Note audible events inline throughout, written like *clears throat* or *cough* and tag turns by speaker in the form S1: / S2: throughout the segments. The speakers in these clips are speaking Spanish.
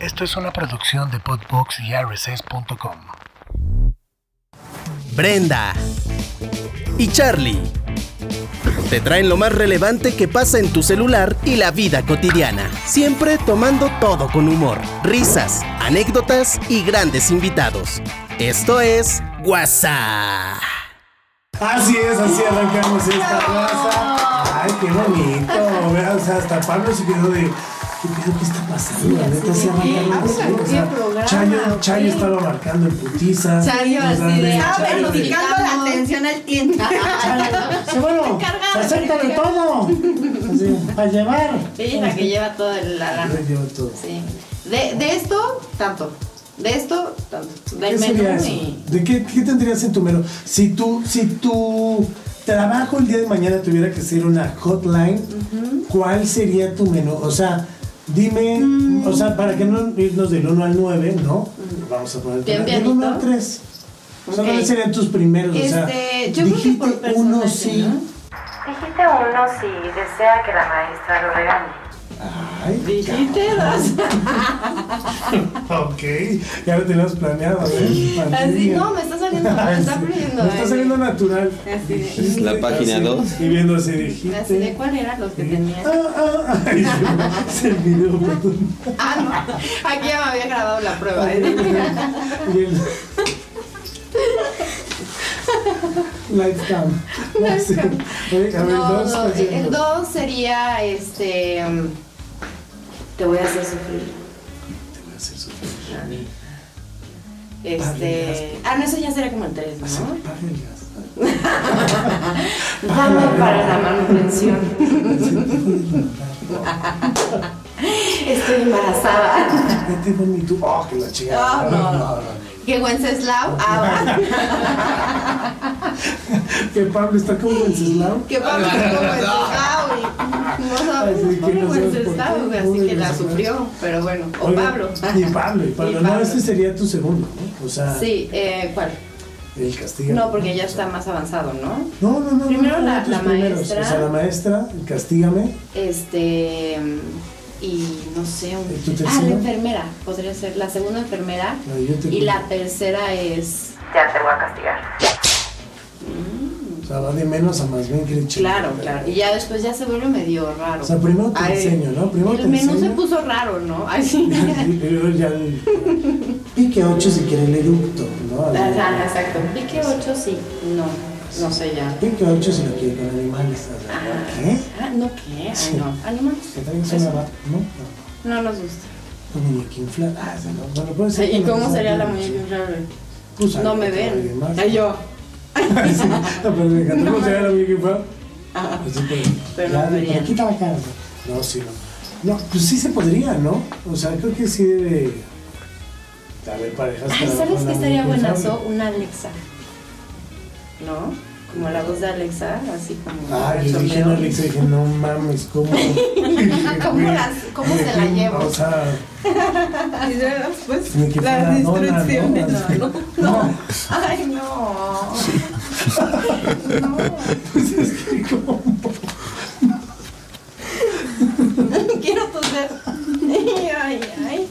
S1: Esto es una producción de Podbox y RSS.com.
S2: Brenda y Charlie te traen lo más relevante que pasa en tu celular y la vida cotidiana, siempre tomando todo con humor, risas, anécdotas y grandes invitados. Esto es WhatsApp.
S3: Así es, así arrancamos esta plaza. Ay, qué bonito. Vean, o sea, hasta Pablo se quedó de. ¿Qué pedo que está pasando? La neta se arrancaron
S4: Vamos
S3: así, o
S4: a
S3: sea,
S4: cualquier programa,
S3: Chayo, Chayo
S4: sí.
S3: estaba marcando en putiza.
S4: Chayo,
S3: O sea,
S4: así de,
S3: de-
S4: "Ah,
S3: Chayo,
S4: bueno,
S3: de-
S4: fija-
S5: Dedicando la atención al tienda.
S4: *laughs*
S3: Sí, bueno, se acepta de todo. Así, a llevar.
S5: *laughs* Sí, la que lleva toda la
S3: Yo
S5: lana.
S3: llevo todo.
S5: Sí. De, de esto, tanto. De esto, tanto. Del
S3: ¿Qué sería
S5: menú
S3: eso?
S5: y.
S3: ¿De qué, qué tendrías en tu menú? Si tu, si tu trabajo el día de mañana tuviera que ser una hotline, ¿cuál sería tu menú? O sea, dime,
S5: Mm.
S3: o sea, para que no irnos del 1 al 9, ¿no? Vamos a poner
S5: Bien,
S3: del 1 al
S5: pianito.
S3: 3. O sea,
S5: Ok.
S3: ¿cuáles serían tus primeros? o sea,
S5: Este, yo creo que por
S3: dijiste uno
S5: personaje,
S3: sí.
S5: ¿no?
S6: Digite uno si desea que la maestra lo regañe.
S3: Ay,
S5: Dijiste dos.
S3: ok, ya lo teníamos planeado, ¿eh?
S5: Así,
S3: Pandilla.
S5: no, me está saliendo, me está fluyendo.
S3: Me está
S5: eh.
S3: saliendo natural.
S5: Así de-
S7: Es la página
S3: Así,
S7: dos.
S3: Y viendo así, dijiste.
S5: Así de cuál eran los que tenía.
S3: Ah, ah, *laughs* ay, se- se el video, perdón.
S5: Ah, no. *laughs* Aquí ya me había grabado la prueba. ¿eh?
S3: Y el- Live cam. No sé. Oye, a ver,
S5: No,
S3: dos,
S5: no,
S3: así,
S5: el 2 sería este. mm, Te voy a hacer sufrir. Este. Ah, no, eso ya sería como el 3, ¿no?
S3: Apaga el gas.
S5: *laughs* Dame para la *laughs* manutención. Estoy embarazada.
S3: Vete, mami, tú. Oh, que la chingada.
S5: Ah, no, *laughs* no. Que Wenceslao. Ah,
S3: Que Pablo está como Wenceslao.
S5: va. Que Pablo dijo Wenceslao. y No
S3: Así que
S5: sabemos por qué
S3: no sabemos
S5: Wenceslao,
S3: por qué,
S5: así que la
S3: Wenceslao.
S5: sufrió. Pero bueno, o
S3: Oye,
S5: Pablo.
S3: Y Pablo, y Pablo.
S5: *laughs* Y
S3: No,
S5: Pablo.
S3: este sería tu segundo, ¿no? O sea,
S5: Sí, eh, ¿cuál?
S3: el castigo.
S5: No, porque ya está más avanzado, ¿no?
S3: No, no, no.
S5: Primero
S3: no,
S5: la-
S3: tus
S5: la
S3: primeros.
S5: maestra.
S3: O sea, la maestra, el castígame.
S5: Este. Y no sé, un.
S3: ¿Y tu
S5: Ah, la
S3: tercera?
S5: enfermera. Podría ser la segunda enfermera.
S3: No, yo te
S5: Y la tercera es.
S6: Ya te voy a castigar.
S3: O sea, va de menos a más bien que el chico.
S5: Claro, claro. Y ya después ya se vuelve medio raro.
S3: O sea, primero te
S5: Ay,
S3: enseño, ¿no? Primero te
S5: El menú se
S3: enseño.
S5: puso raro, ¿no?
S3: *laughs*
S5: Ay, sí.
S3: *laughs* Y luego ya el- Y que 8 si quiere el eructo, ¿no?
S5: Ajá, Ah, exacto. Pique 8 sí. No, no sé ya.
S3: Y que 8 si lo quiere con animales. o sea, ¿Qué?
S5: Ah, Pues no, ¿qué? Ay,
S3: Sí.
S5: no. Animales.
S3: Que también suena va- ¿no? No,
S5: No nos gusta.
S3: Un muñeco inflado. Ah, ese no. Bueno, puede ser.
S5: ¿Y
S3: con
S5: cómo
S3: animales,
S5: sería la
S3: ¿no?
S5: muñeca rara?
S3: Pues,
S5: No
S3: algo
S5: me
S3: con
S5: ven.
S3: animales.
S5: Ay, yo.
S3: Sí, *laughs* no, pero me encantó cómo sería la muñeca inflada. Así que,
S5: Ah. Pero
S3: ya,
S5: no
S3: de-
S5: verían.
S3: pero quita la cara. No, No, sí, no. No, pues sí se podría, ¿no? O sea, creo que sí debe. A ver, parejas.
S5: Ay,
S3: para-
S5: ¿sabes
S3: con la
S5: qué estaría
S3: muñeca inflable.
S5: buenazo? Una Alexa. ¿No? Como la voz de Alexa, así como.
S3: Ay, yo dije
S5: cachondeo.
S3: no, Alexa, dije, no mames, ¿cómo? ¿Cómo,
S5: las- *laughs* cómo se la llevo?
S3: O sea,
S5: *laughs* Y pues, ya después,
S3: ni que fuera
S5: las
S3: dona, *laughs* ¿no?
S5: instrucciones.
S3: Así.
S5: No, *laughs* no. Ay, no. No.
S3: *laughs* Pues es que como...
S5: *laughs* Quiero toser. Ay, ay.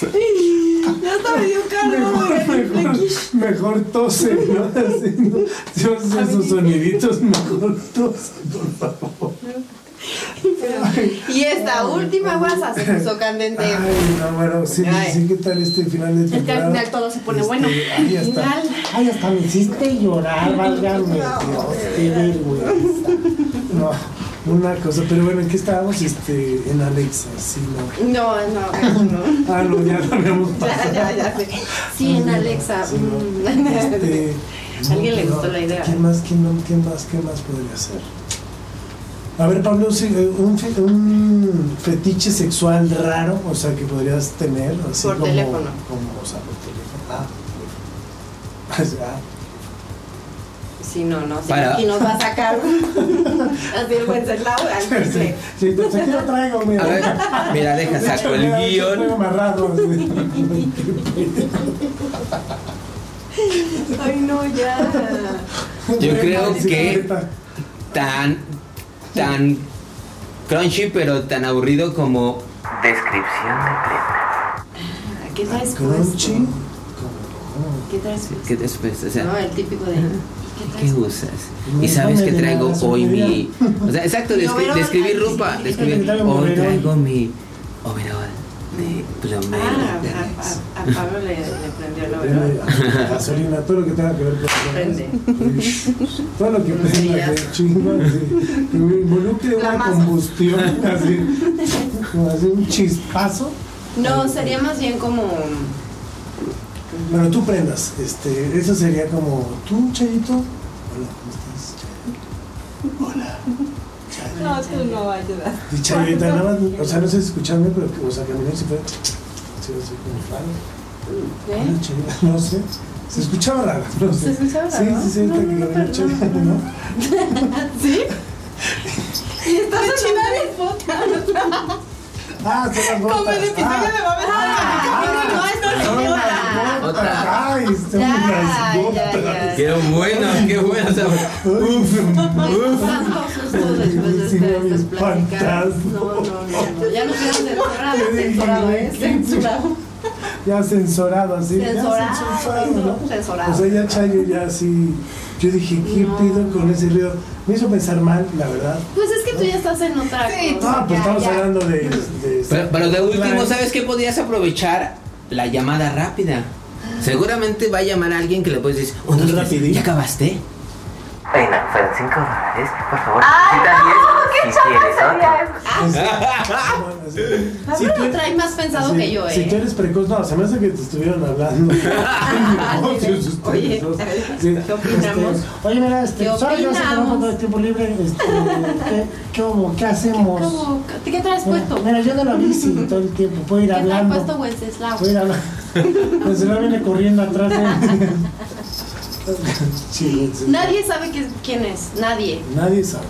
S5: Ya está medio
S3: Mejor,
S5: caro.
S3: mejor, mejor tose, ¿no? Así, ¿no? Si vas a hacer sus soniditos, mejor tose, por favor.
S5: Y esta última guasa se puso candente.
S3: Ay, no, bueno, sí,
S5: Ay.
S3: sí, ¿qué tal este final de temporada? Este,
S4: que al final todo se pone bueno.
S3: Ahí está.
S5: Final.
S3: Ay, hasta me hiciste llorar, válgame Dios, qué vergüenza. No, una cosa, pero bueno, ¿en qué estábamos? Este, en Alexa, sí, no.
S5: No, no, eso no. *laughs*
S3: Ah, no, ya lo habíamos
S5: Ya,
S3: pasado.
S5: ya, ya sé. Sí, en Alexa.
S3: Sí, no.
S5: mm. *laughs*
S3: Este, no,
S5: Alguien le
S3: no.
S5: gustó la idea.
S3: ¿Qué más, qué, no, qué más, qué más podría ser? A ver, Pablo, sí, eh, un, fe- un fetiche sexual raro, o sea, que podrías tener. Así
S5: Por
S3: como,
S5: teléfono.
S3: Como, o sea, por teléfono. Ah, por teléfono. Ah,
S5: Sí, no, no, sí,
S7: Para.
S5: aquí nos va a sacar. *laughs* Así el Wenceslao,
S3: *laughs*
S5: al
S3: Sí,
S5: triple.
S3: sí, entonces aquí lo traigo, mira.
S7: A ver, mira, deja, saco el
S3: Mira, aquí lo traigo
S7: guión.
S3: amarrado, sí.
S5: Ay, no, ya.
S7: Yo creo
S3: Sí,
S7: que
S3: ahorita.
S7: tan, tan Crunchy, pero tan aburrido como.
S4: Descripción de prenda.
S5: ¿A ¿Qué traes puesto?
S3: Crunchy.
S5: ¿Qué traes puesto?
S7: ¿Qué después? O sea,
S5: No, el típico de. ¿Qué
S7: ¿Qué
S5: traes puesto?
S7: usas? Y sabes que traigo hoy mi. O sea, exacto,
S5: Mi
S7: descri-
S5: overall.
S7: describir ropa. Describir. Hoy traigo mi overall de plomero.
S5: Ah,
S7: de Rex.
S5: a, a- a Pablo le, le prendió el
S3: Tiene
S5: overol.
S3: Gasolina, todo lo que tenga que ver con
S5: Prende.
S3: *laughs* Todo lo que prenda,
S5: Groserías.
S3: que chingo, así. Que involucre
S5: La
S3: una
S8: *laughs*
S5: masa.
S3: combustión, así. como así un chispazo.
S5: No, sería más bien como. ¿eh?
S3: Bueno, tú prendas. Este, eso sería como tú, Chayito. Hola, ¿cómo estás? Chayo? Hola. Chayo.
S8: No, tú no vas a ayudar.
S3: Y Chayita, nada más, o sea, no sé si escucharme, pero que, o sea, que a mí se fue. Sí, yo soy como fan.
S5: ¿Eh? *laughs*
S3: Hola, Chayita, *laughs* no sé. Se escuchaba raro, no sé.
S5: ¿Se escuchaba
S3: Sí,
S5: raro?
S3: sí, sí,
S5: No,
S3: ahorita
S5: no,
S3: que
S5: no,
S3: lo veo,
S5: perdón,
S3: Chayita,
S5: no,
S3: ¿no?
S8: Y estás al final del podcast.
S3: Ah, son las botas.
S8: Como el episodio de Babel.
S5: Ah, no, no, no,
S3: ah, *laughs*
S5: no.
S3: otra. Ay, son
S5: Ya,
S3: las
S5: ya, ya.
S3: botas.
S7: Qué bueno, qué bueno. o sea,
S5: Tanto susto después de
S3: Sí,
S5: estas- estas
S3: me
S5: pláticas.
S3: espantas.
S5: No, no, no, no. Ya nos hubieran censurado, censurado, ¿eh? Censurado.
S3: Ya censurado, así. ya
S5: Censurado.
S3: censurado, ¿no?
S5: Censurado.
S3: O sea, ya Chayo ya así. Yo dije, ¿qué
S5: No.
S3: pido con ese ruido? Me hizo pensar mal, la verdad.
S5: Pues es que tú ya estás en otra
S8: Sí,
S5: cosa.
S3: Ah, pues
S8: Ya,
S3: estamos
S8: ya.
S3: hablando de. de-
S7: Pero, pero de último,
S3: Claro.
S7: ¿sabes qué? Podrías aprovechar la llamada rápida. Seguramente va a llamar a alguien que le puedes decir, "Un,
S3: Un
S7: dos, tres,
S3: rapidín.
S7: ¿ya acabaste?
S4: Reina, fueron 5 dólares, por favor.
S6: ¡Ay,
S4: quita
S6: no!
S4: 10
S6: ¡Qué
S4: si
S6: chafa
S4: quieres
S6: sería
S4: otro.
S6: eso!
S5: Ah,
S3: *laughs* Así. Si
S5: Pablo
S3: tú-
S5: lo trae más pensado
S3: Sí,
S5: que yo, ¿eh?
S3: Si tú eres precoz, no, se me hace que te estuvieron
S5: *laughs*
S3: hablando. Negocios ustedes
S5: Oye,
S3: dos.
S5: ¿qué opinamos?
S3: este, oye, mira, este,
S5: ¿Qué
S3: solo yo sé que
S5: opinamos?
S3: tengo todo el tiempo libre. Este, ¿qué, qué, hubo? ¿Qué hacemos?
S5: ¿Cómo? ¿Qué traes puesto?
S3: Mira, mira, yo no la bici todo el tiempo, puedo ir
S5: ¿Qué traes
S3: hablando.
S5: puesto, Wenceslao?
S3: Puedo ir hablando. *laughs* El celular viene corriendo atrás
S5: *laughs*
S3: de. Sí, sí.
S5: Nadie sabe que- quién es, nadie.
S3: Nadie sabe.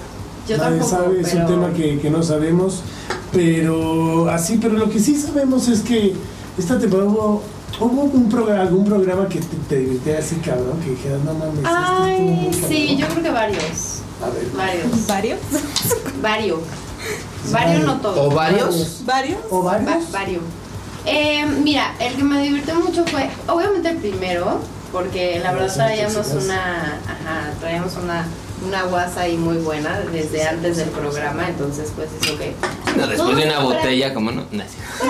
S5: Yo
S3: Nadie
S5: tampoco,
S3: sabe, es un
S5: pero-
S3: tema que, que no sabemos. Pero así, pero lo que sí sabemos es que esta temporada hubo, hubo un programa, algún programa que te, te divirtiera así, cabrón, que dijeras, no mames. este
S5: Ay,
S3: estuvo muy
S5: sí, yo
S3: cabrón".
S5: creo que varios.
S3: A ver,
S5: Varios.
S8: ¿Varios?
S5: Vario. Vario no
S7: ¿O
S5: todo.
S7: varios?
S8: ¿Varios?
S3: ¿o
S5: Va-
S3: varios?
S5: vario. Eh, mira, el que me divirtió mucho fue, obviamente el primero, porque la verdad
S3: Ah, Sí,
S5: traíamos
S3: sí, sí.
S5: una, ajá, traíamos una, una guasa ahí muy buena desde antes del programa, entonces pues es ok.
S7: No, después de una
S5: Todos compran-
S7: botella, como no? No, sí.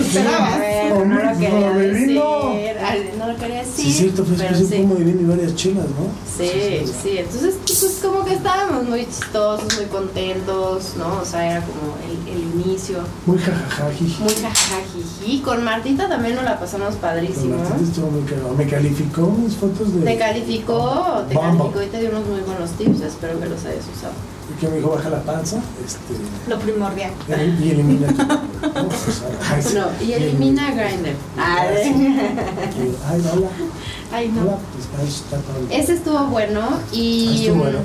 S5: Esperabas. Bueno, no lo quería
S3: Hombre,
S5: decir.
S3: no.
S5: Ay, No lo quería decir.
S3: Sí, es cierto, pues
S5: pero
S3: que se
S5: sí.
S3: muy bien y varias chelas, ¿no?
S5: Sí, sí, entonces pues como que estábamos muy chistosos, muy contentos, ¿no? O sea, era como el, el inicio,
S3: Muy jajaja, jiji.
S5: muy jajajiji. Con Martita también nos la pasamos padrísimo.
S3: Don Martín estuvo muy cagado. Me calificó mis fotos de.
S5: Te calificó, te
S3: Bombo.
S5: calificó y te dio unos muy buenos tips, espero que los hayas usado.
S3: que me dijo, baja la panza. Este.
S8: Lo primordial.
S3: Y elimina.
S5: *laughs*
S3: ¿no? O sea, ay, sí.
S5: No, y elimina Grinder. *laughs*
S3: Ay, hola.
S5: Ay,
S3: Hola,
S5: no.
S3: pues, ay, está todo bien. Ah,
S5: Ese estuvo bueno y mm,
S3: Estuvo bueno.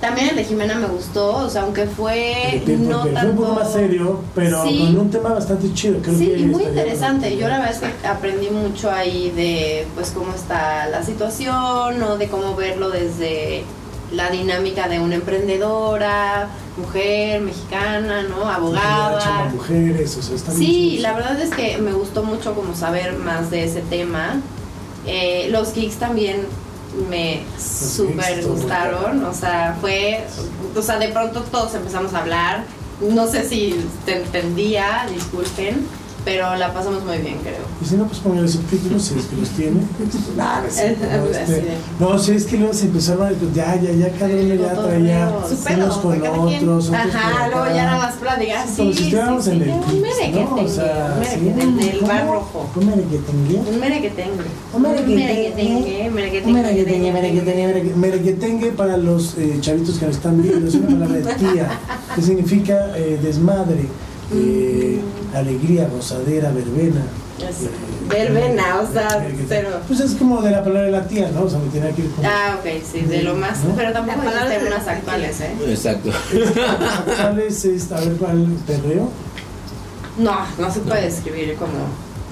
S5: también el de Jimena me gustó, o sea, aunque fue
S3: Porque
S5: no tanto...
S3: Fue un poco más serio, pero
S5: Sí.
S3: con un tema bastante chido. Creo
S5: Sí,
S3: que
S5: y muy
S3: estaría
S5: interesante.
S3: bueno.
S5: Yo la verdad es que aprendí mucho ahí de pues cómo está la situación o de cómo verlo desde la dinámica de una emprendedora, mujer, mexicana, ¿no?
S3: Porque la chamba
S5: Abogada.
S3: mujeres, o sea, está muy
S5: Sí,
S3: chido.
S5: la verdad es que me gustó mucho como saber más de ese tema. Eh, los geeks también me súper
S3: geeks, todo
S5: gustaron, o sea, fue, o sea, de pronto todos empezamos a hablar, no sé si te entendía, disculpen, pero la pasamos muy bien, creo.
S3: Y si no, pues póngale subtítulos, si es que los
S5: *laughs*
S3: tiene. Nah, no, es cierto, no,
S5: Así
S3: este,
S5: de-
S3: no, si es que luego se empezaron a decir, pues, ya, ya, ya, cada uno ya traía
S5: Cotorreos.
S8: Su pedo,
S3: unos con
S8: cada quien.
S3: otros. otros
S5: Ajá,
S3: por
S5: luego
S3: acá.
S5: ya nada más platicar,
S3: Sí,
S5: sí,
S3: como si
S5: sí, sí,
S3: estuviéramos en el
S5: ya, un
S3: Kiss,
S5: merequetengue,
S3: ¿no? O sea,
S5: un
S3: sí.
S5: merequetengue, el bar
S3: ¿Cómo?
S5: rojo.
S3: ¿Cómo era que tenía?
S5: Un merequetengue.
S3: Un merequetengue.
S5: merequetengue, merequetengue,
S3: Merequetengue, merequetengue, merequetengue. Merequetengue para los eh, chavitos que nos están viendo es una palabra de tía que significa eh, desmadre, eh,
S5: Mm.
S3: alegría, gozadera, verbena.
S5: Así.
S3: eh,
S5: Verbena, o sea,
S3: merequetengue.
S5: cero.
S3: Pues es como de la palabra de la tía, ¿no? O sea, me tiene que ir con.
S5: Ah, ok, sí, de lo más.
S3: ¿No?
S5: Pero tampoco
S8: La palabra
S5: existen
S8: de-
S5: unas actuales, ¿eh?
S7: *laughs* Exacto.
S3: ¿Cuál es esta? A ver, ¿cuál perreo?
S5: No, no se puede describir como.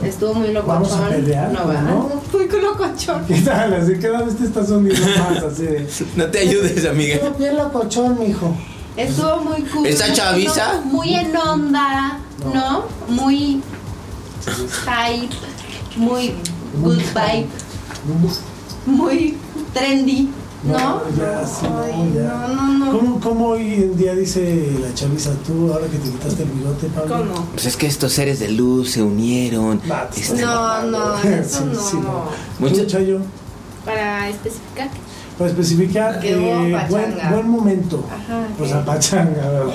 S5: Estuvo muy locochón.
S3: Vamos a pelear,
S5: No va.
S3: ¿no?
S5: *laughs* Fui con locochón.
S3: ¿Qué tal? Así que cada vez te estás hundiendo más, así de.
S7: No te ayudes, amiga.
S3: Bien locochón, mijo.
S5: Estuvo muy cool.
S7: ¿Esta chaviza?
S5: ¿no? Muy en onda, ¿no? Muy hype, muy good vibe, muy trendy, ¿no?
S3: Ya, sí, no,
S5: Ay,
S3: ya.
S5: no, no, no.
S3: ¿Cómo, cómo hoy en día dice la chaviza tú, ahora que te quitaste el bigote, Pablo? *laughs*
S8: ¿Cómo?
S7: Pues es que estos seres de luz se unieron.
S3: Nah, te
S7: Este-
S3: estás
S5: No,
S3: mamando.
S5: no, eso
S3: *laughs*
S5: no.
S3: Mucho
S7: Mucho-
S3: chayo.
S5: Para especificar.
S3: Para especificar,
S5: Que hubo
S3: eh, buen,
S5: pachanga.
S3: buen momento.
S5: Ajá,
S3: pues a pachanga. ¿verdad?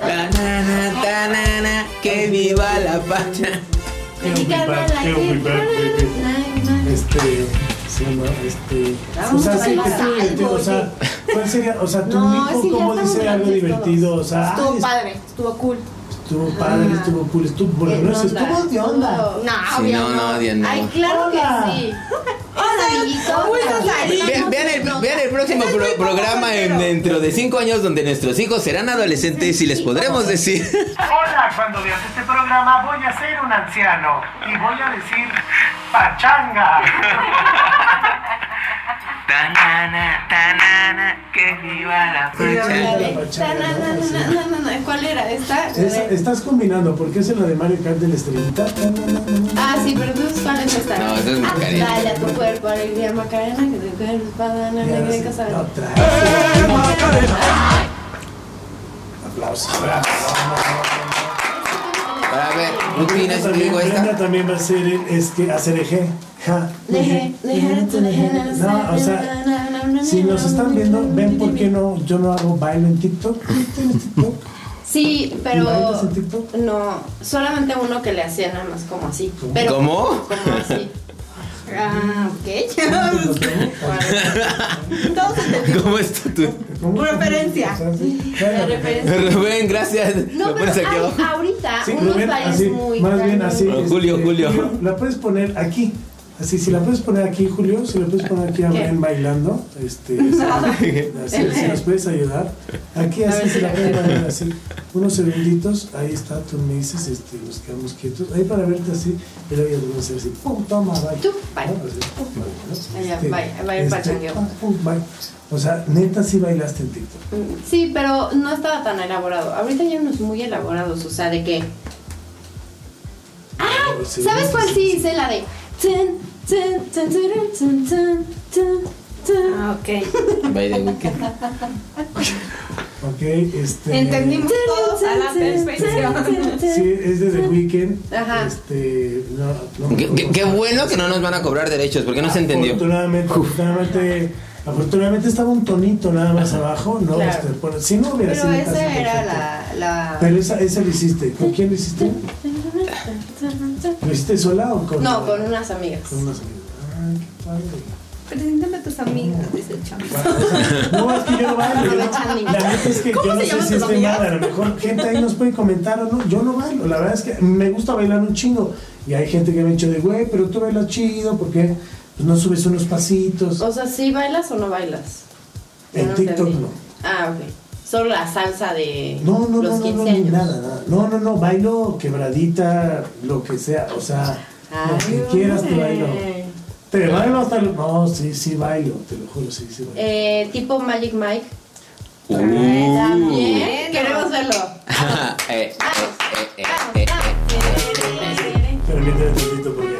S7: Ta, na, na, ta, na, na, que viva la pacha.
S3: Este, sí, ¿no? Este, o
S5: Vamos
S3: sea,
S5: a
S3: sí, que
S5: bailar
S3: estuvo
S5: algo,
S3: divertido, o sea, ¿cuál sería, o sea, tu
S5: No,
S3: hijo
S5: es que ya
S3: cómo
S5: estamos
S3: dice algo
S5: grandes
S3: divertido,
S5: todos. Pues
S3: o sea,
S9: Estuvo
S3: ay,
S9: padre, estuvo cool.
S3: estuvo padre,
S5: Ajá.
S3: estuvo cool, estuvo, por lo
S5: En
S3: menos
S5: onda.
S3: estuvo de onda.
S9: No,
S7: Sí,
S9: obvio
S7: no, no, Dios, no.
S5: Ay, claro
S3: Hola.
S5: que sí.
S8: ¿cómo estás ahí?
S7: Ve- Vean el, vean el próximo
S8: Ese es muy
S7: pro-
S8: poco
S7: programa en-
S8: soltero.
S7: dentro de cinco años donde nuestros hijos serán adolescentes y les podremos decir.
S1: Hola, cuando veas este programa voy a ser un anciano y voy a decir pachanga.
S4: Tanana, tanana, que viva la
S5: Sí,
S7: la
S5: la de-
S3: pachanga,
S5: na, na,
S3: ¿no?
S5: na, na, na, na, na. ¿Cuál era? ¿Esta?
S3: Esa- estás combinando, porque es en la de Mario Kart del estrellita.
S5: Ah, sí, pero tú sabes esta.
S7: No, esa es Macarena.
S5: Dale a tu cuerpo alegría, Macarena, que tu cuerpo es banana,
S3: Ya,
S5: que
S3: sí,
S5: cosa.
S3: otra. Aplausos.
S7: Para ver, rutina,
S3: Brenda
S7: si te digo
S3: también, Brenda
S7: esta.
S3: también va a ser este hacer eje. Ja.
S5: Leje, leje, tu leje, na, na,
S3: No, o sea,
S5: na, na, na, na,
S3: si nos están viendo, ven por qué no yo no hago baile en TikTok. ¿Tú tienes
S5: *laughs*
S3: TikTok?
S5: Sí,
S3: ¿Bailas
S5: pero
S3: en TikTok?
S5: no, solamente uno que le hacía nada más como así. Pero
S7: ¿Cómo?
S5: Como así.
S9: Ah, ok.
S3: *laughs*
S8: Todos entendimos.
S7: ¿Cómo está tú?
S3: ¿Cómo?
S8: Referencia.
S3: O sea, sí. Bueno,
S5: La referencia.
S7: Rubén, gracias.
S5: No,
S7: Lo
S5: pero
S7: pones aquí
S5: hay
S7: abajo.
S5: ahorita
S3: Sí,
S5: unos
S3: Rubén,
S5: bailes
S3: así,
S5: muy
S3: más bien
S5: cañones.
S3: así. Este,
S7: Ah, Julio, Julio.
S3: La puedes poner aquí. Así, si la puedes poner aquí, Julio, si la puedes poner aquí a
S5: ¿Qué?
S3: Bren bailando, este,
S5: *laughs*
S3: así, si nos puedes ayudar. Aquí,
S5: A
S3: así,
S5: ver
S3: si
S5: si
S3: la
S5: la
S3: puedes
S5: veo.
S3: poner así. Unos segunditos, ahí está, tú me dices, este, nos quedamos quietos. Ahí para verte así, y luego ya lo vamos a hacer así, pum, toma, bye.
S5: Tú, bye.
S3: ¿No? Así, pum, bye, ¿no? Este,
S5: Allá, bye, bye, pachangueo.
S3: pum, pum, bye. O sea, neta, sí bailaste en TikTok.
S5: Sí, pero no estaba tan elaborado. Ahorita hay unos muy elaborados, o sea, de que. ¡Ah!
S3: Sí,
S5: ¿Sabes
S3: sí,
S5: cuál
S3: sí,
S5: sí
S3: sí.
S5: hice? La de. tun, tun, tun, turun, tun, tun, tun, tun,
S9: Ah, ok.
S7: By the weekend.
S3: Ok, este.
S9: Entendimos todos a la
S5: tun,
S9: perfección.
S5: tun, tun, tun.
S3: Sí, es de The Weeknd.
S5: Ajá.
S3: Este, no, no me
S7: Qué, qué-
S3: acuerdo.
S7: qué bueno que no nos van a cobrar derechos, porque no se entendió.
S3: Afortunadamente, afortunadamente, afortunadamente estaba un tonito nada más abajo, ¿no?
S5: Claro.
S3: Este, por- si no hubiera
S5: Pero
S3: sido casi
S5: esa era
S3: perfecto.
S5: la. la...
S3: Pero esa, esa lo hiciste. ¿Con quién lo
S5: *laughs*
S3: hiciste? ¿Lo hiciste sola o con.?
S5: No, con unas amigas.
S3: Con unas amigas. Ah, qué padre.
S8: Preséntame a tus amigos, dice el chamo.
S3: No, es que yo
S8: *laughs*
S3: no bailo. yo no- La neta es que
S8: ¿Cómo
S3: yo no
S8: se llaman
S3: sé si
S8: tus
S3: esté
S8: amigas?
S3: mal. A lo mejor gente ahí nos puede comentar o no. Yo no bailo. La verdad es que me gusta bailar un chingo. Y hay gente que me ha dicho de, güey, pero tú bailas chido, ¿por qué? Pues no subes unos pasitos.
S5: O sea, ¿sí bailas o no bailas? Yo
S3: En
S5: no
S3: TikTok
S5: entendí.
S3: no.
S5: Ah, ok. Solo la salsa de
S3: No, no, no,
S5: los
S3: no,
S5: 15
S3: no, ni
S5: años.
S3: nada, nada. No, no, no, bailo quebradita, lo que sea, o sea, lo que quieras te bailo.
S5: hombre.
S3: Te bailo hasta el... No, sí, sí bailo, te lo juro, sí, sí bailo.
S5: Eh, tipo Magic Mike.
S7: Uh.
S5: También. Queremos verlo.
S7: *laughs* Eh, eh, eh, eh, eh,
S5: Vamos.
S3: Permíteme tantito porque...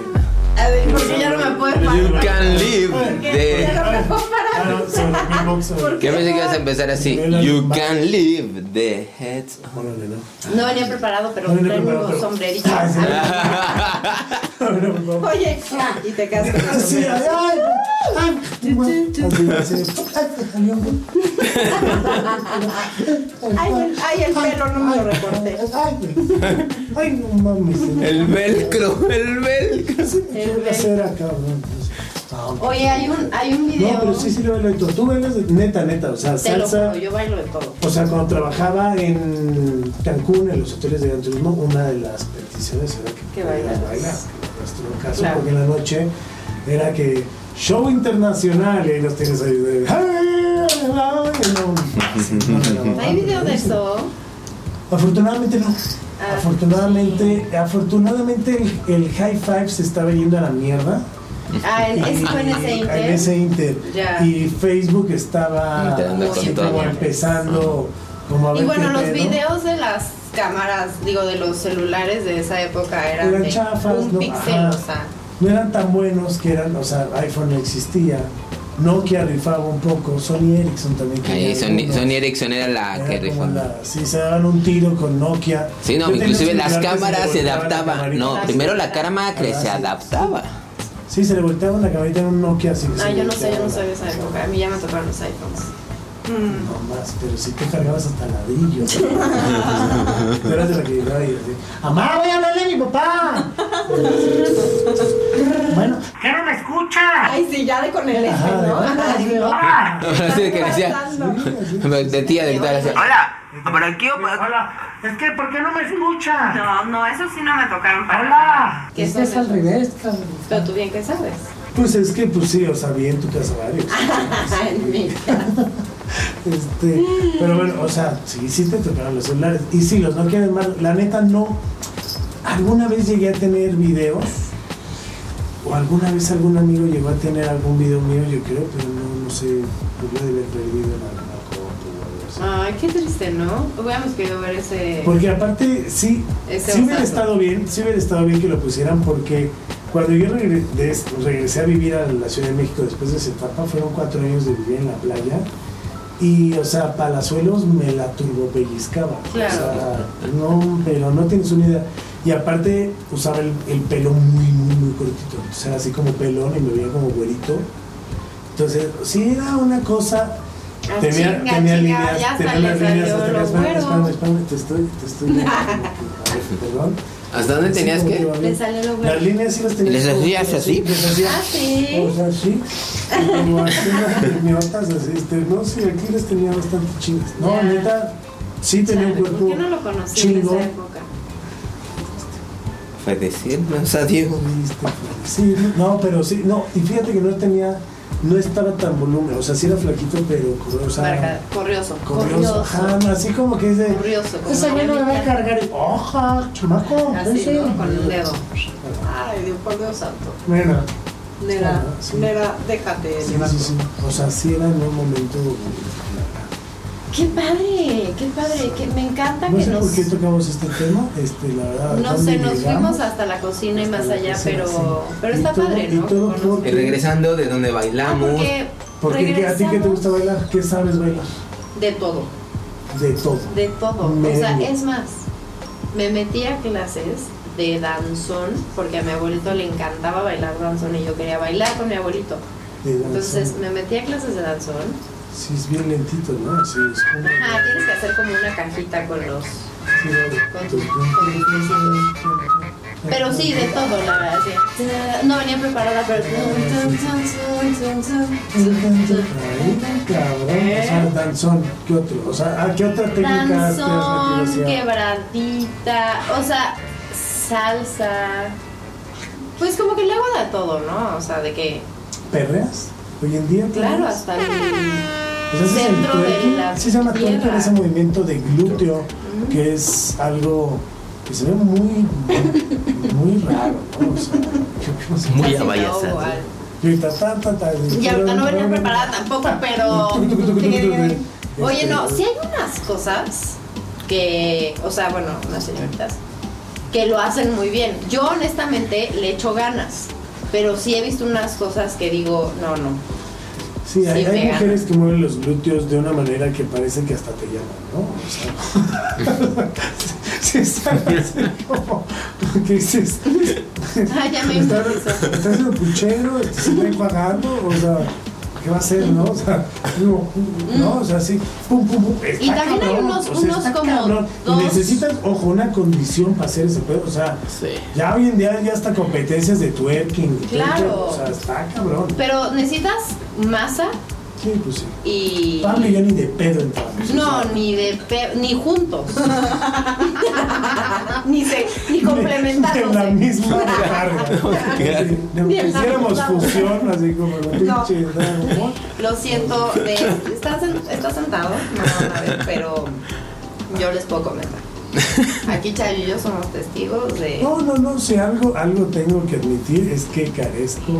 S5: A ver, porque ya no me puedo
S7: You
S5: parar.
S7: can live de.
S5: Ya no me puedo
S3: Ah,
S5: parar.
S3: no, sobre mi box, sobre-
S7: Yo pensé que ibas a empezar así. You can live the heads.
S3: Órale, no.
S5: No venía preparado, pero
S3: No venía
S5: traigo
S3: preparado,
S5: unos
S3: pero-
S5: sombreritos.
S3: Ah, sí.
S5: Ah,
S3: Bueno, por favor.
S8: Oye, y te quedas con el
S3: Sí, ay,
S8: sombrero.
S3: ay, ay, así, así. Ay, te salió un-
S8: Ay, el- ay, el pelo no me lo recorté.
S3: Ay, ay, no mames.
S7: El velcro, el velcro.
S3: Sí, ¿Qué
S5: El
S3: voy a
S5: ve-
S3: hacer acá, cabrón? Ah, ok.
S5: Oye, hay un, hay un video.
S3: No, pero sí, sí lo bailo en todo. Tú bailas de- neta, neta, o sea,
S5: Te lo
S3: salsa.
S5: juro, yo bailo de todo.
S3: O sea, cuando trabajaba en Cancún, en los hoteles de gran turismo, una de las peticiones era que
S5: Que
S3: pudieras
S5: bailaras.
S3: bailar. que bailaras tú en caso,
S5: Claro.
S3: porque en la noche era que show internacional y ahí los tienes ahí de. "Hey, ay, no". No, no, no, no.
S5: ¿Hay video de eso?
S3: Afortunadamente no.
S5: Ah,
S3: afortunadamente, afortunadamente el, el high five se estaba yendo a la mierda.
S5: Ah, en- ese fue en ese
S3: en
S5: inter.
S3: ese Inter.
S5: Ya.
S3: Y Facebook estaba
S7: Entrando
S5: con
S3: así
S7: todo.
S3: como empezando. Como a ver
S5: Y bueno,
S3: qué
S5: los
S3: pedo.
S5: videos de las cámaras, digo, de los celulares de esa época eran
S3: Eran
S5: de
S3: chafas,
S5: un
S3: ¿no?
S5: píxel,
S3: Ajá.
S5: o sea.
S3: No eran tan buenos que eran, o sea, iPhone no existía. Nokia rifaba un poco, Sony Ericsson también. tenía
S7: Ahí Sony,
S3: algunos.
S7: Sony Ericsson era la que
S3: Era como
S7: rifó.
S3: la- sí, se daban un tiro con Nokia.
S7: Sí,
S3: Yo
S7: no,
S3: tenía
S7: inclusive
S3: un
S7: las
S3: celular que
S7: cámaras se
S3: le volteaba la
S7: adaptaban.
S3: camarita.
S7: No,
S5: Ah,
S7: primero
S5: sí.
S7: la cámara que
S3: Ah,
S7: se
S3: sí.
S7: adaptaba.
S3: Sí, se le volteaba la camarita en un Nokia. Así que
S5: Ah,
S3: se
S5: yo no sé, yo no
S3: volteaba
S5: soy de
S3: la-
S5: esa época. A mí ya me tocaron los iPhones.
S3: No más, pero si tú cargabas hasta ladrillos. Tú eras de la que llegaba y decía, ¡Amá, voy a hablarle a mi papá! bueno,
S1: ¿Qué no me escucha?
S8: Ay, sí, ya de con el este,
S3: Ajá,
S8: ¿no?
S3: ¿verdad?
S8: Ay, no.
S1: Hola,
S7: Así que decía, de tía de tal, así,
S4: Hola, por aquí o por-
S1: hola. Es que, ¿por qué no me escucha?
S6: No, no, eso sí no me tocaron para nada.
S1: Hola.
S5: ¿Qué son esos?
S3: revés, cabrón.
S5: Pero tú bien que sabes.
S3: Pues es que, pues sí, o sea, vi en tu casa varios.
S5: Ay, mi-
S3: Este, pero bueno, o sea, sí, sí te tocaron los celulares. Y sí, los Nokia de mar, la neta no. Alguna vez llegué a tener videos, o alguna vez algún amigo llegó a tener algún video mío, yo creo, pero no, no sé, podría de haber perdido en alguna compu o algo así.
S5: Ay, qué triste, ¿no? Hubiéramos querido ver ese.
S3: Porque aparte, sí,
S5: Ese
S3: sí hubiera
S5: osazo.
S3: estado bien, sí hubiera estado bien que lo pusieran, porque cuando yo regre- des- regresé a vivir a la Ciudad de México después de esa etapa, fueron cuatro años de vivir en la playa. Y, o sea, Palazuelos me la turbopellizcaba.
S5: Claro.
S3: O sea, no, pero no tienes una idea. Y aparte, usaba el, el pelo muy, muy, muy cortito. O sea, así como pelón y me veía como güerito. Entonces, sí era una cosa
S5: Ah,
S3: Tenía,
S5: chinga,
S3: tenía
S5: chinga, ya
S3: líneas, tenía
S5: hasta
S3: las
S5: le
S3: líneas
S5: salió
S3: hasta
S5: lo
S3: acá. Espérame, espérame,
S5: güero.
S3: espérame, te estoy, te estoy.
S5: *laughs*
S3: A ver, Perdón.
S7: ¿Hasta dónde
S3: Sí,
S7: tenías
S3: como
S7: que?
S3: va bien.
S5: Le sale lo
S3: Las
S5: bueno.
S3: líneas sí las tenías.
S7: ¿Les
S3: como
S7: hacías
S3: que
S7: así?
S3: Les hacías.
S5: Ah, sí.
S3: O sea, así. Como así las perniotas, así. Este, no, sí, aquí las tenía bastante chidas. No,
S5: Ya.
S3: neta, sí tenía un
S5: Chale,
S3: cuerpo.
S5: ¿Por qué no lo conocí
S3: chingo.
S5: en esa época?
S7: Fue decir, no, o sea, Diego.
S3: Este, Sí, no, pero sí, no. Y fíjate que no tenía, no estaba tan volumen. O sea, sí era flaquito, pero, o sea.
S5: Marca- Corrioso.
S3: Corrioso, Ah, ajá, así como que es de.
S5: Corrioso, como
S3: Ese güey no me va a
S5: abuelita.
S3: cargar. y, ¡Oja! ¡Chamaco!
S5: Así,
S3: ese".
S5: ¿no? Con el dedo.
S8: Ay, Dios, por Dios santo.
S3: Bueno,
S8: Nera,
S3: Ah, sí.
S8: nera, déjate
S3: sí,
S8: llevar.
S3: sí, sí. O sea, sí era en un momento. eh,
S5: ¡Qué padre! ¡Qué padre! Que me encanta
S3: No
S5: que
S3: sé
S5: nos.
S3: por qué tocamos este tema. Este, la verdad.
S5: No
S3: ¿dónde
S5: sé, nos
S3: llegamos?
S5: fuimos hasta la cocina y
S3: Hasta
S5: más
S3: la
S5: allá,
S3: cocina,
S5: pero,
S3: sí.
S5: pero
S3: Y
S5: está
S3: todo-
S5: padre,
S3: y
S5: ¿no?
S3: todo
S5: Con-
S3: por-
S7: Y regresando de donde
S5: Ah,
S7: bailamos.
S5: porque
S3: Porque ¿qué- a ti que te gusta
S5: regresamos
S3: bailar, ¿qué sabes bailar?
S5: De todo,
S3: De todo.
S5: de todo. O
S3: Medio.
S5: sea, es más, me metí a clases de danzón porque a mi abuelito le encantaba bailar danzón y yo quería bailar con mi abuelito.
S3: de danza.
S5: Entonces me metí a clases de danzón.
S3: Sí, es bien lentito, ¿no? Sí, es como.
S5: Ajá, tienes que hacer como una cajita con los
S3: Sí,
S5: con
S3: vale.
S5: tus, con tus piecitos. Pero sí, de todo, la verdad, sí. No venía preparada, pero...
S3: Ay, cabrón. O
S5: Eh.
S3: sea, danzón, ¿qué otro? O sea, ¿a qué otra técnica te has
S5: Danzón,
S3: metido hacia-
S5: quebradita, o sea, salsa. Pues como que le hago de todo, ¿no? O sea, de que,
S3: ¿Perreas? Hoy en día.
S5: claro,
S3: perreas.
S5: hasta el...
S3: O sea, ese es el
S5: Centro de
S3: twerking.
S5: la
S3: Sí se llama twerking,
S5: tierra.
S3: ese movimiento de glúteo, que es algo que se ve muy, muy raro, ¿no? O sea, yo qué sé.
S7: Muy
S5: casi me
S7: abayazado.
S5: ahogo, al-
S3: Y ahorita, ta, ta, ta, y-
S5: Y ahorita no venía preparada tampoco, pero...
S3: Este,
S5: Oye, no, sí hay unas cosas que, o sea, bueno, unas señoritas, que lo hacen muy bien. Yo honestamente le echo ganas, pero sí he visto unas cosas que digo, no, no. *laughs*
S3: Sí, hay,
S5: sí
S3: hay
S5: pega.
S3: mujeres que mueven los glúteos de una manera que parece que hasta te llaman, ¿no? O sea, *laughs* sí, están así como, ¿qué dices?
S5: Ay, ya me
S3: ¿Estás,
S5: hipnotizó.
S3: estás en el puchero? ¿Se está pagando? O sea, ¿qué va a hacer, no? O sea, no, no, o sea, sí, pum, pum, pum. está
S5: Y también hay
S3: cabrón,
S5: unos-
S3: o sea, está
S5: unos como
S3: cabrón. Y
S5: dos-
S3: Necesitas, ojo, una condición para hacer ese pedo, o sea,
S7: Sí.
S3: ya hoy en día ya hasta competencias de twerking. y
S5: Claro.
S3: twerking, O sea, está cabrón.
S5: Pero necesitas masa
S3: Sí, pues sí.
S5: y...
S3: Pablo y yo ni de pedo entramos.
S5: No, ni de pe- ni
S3: *laughs*
S5: juntos. ni se, ni *laughs*
S3: En la
S5: complementándose. *laughs*
S3: misma carga. Sí, no,
S5: Ni en la
S3: Hiciéramos
S5: misma.
S3: fusión, así como la pinche. ¿no?
S5: *laughs* Lo siento, de, estás, en- estás sentado, no van a ver, pero yo les puedo comentar. Aquí Chayo y yo somos testigos de...
S3: No, no, no, si algo, algo tengo que admitir es que carezco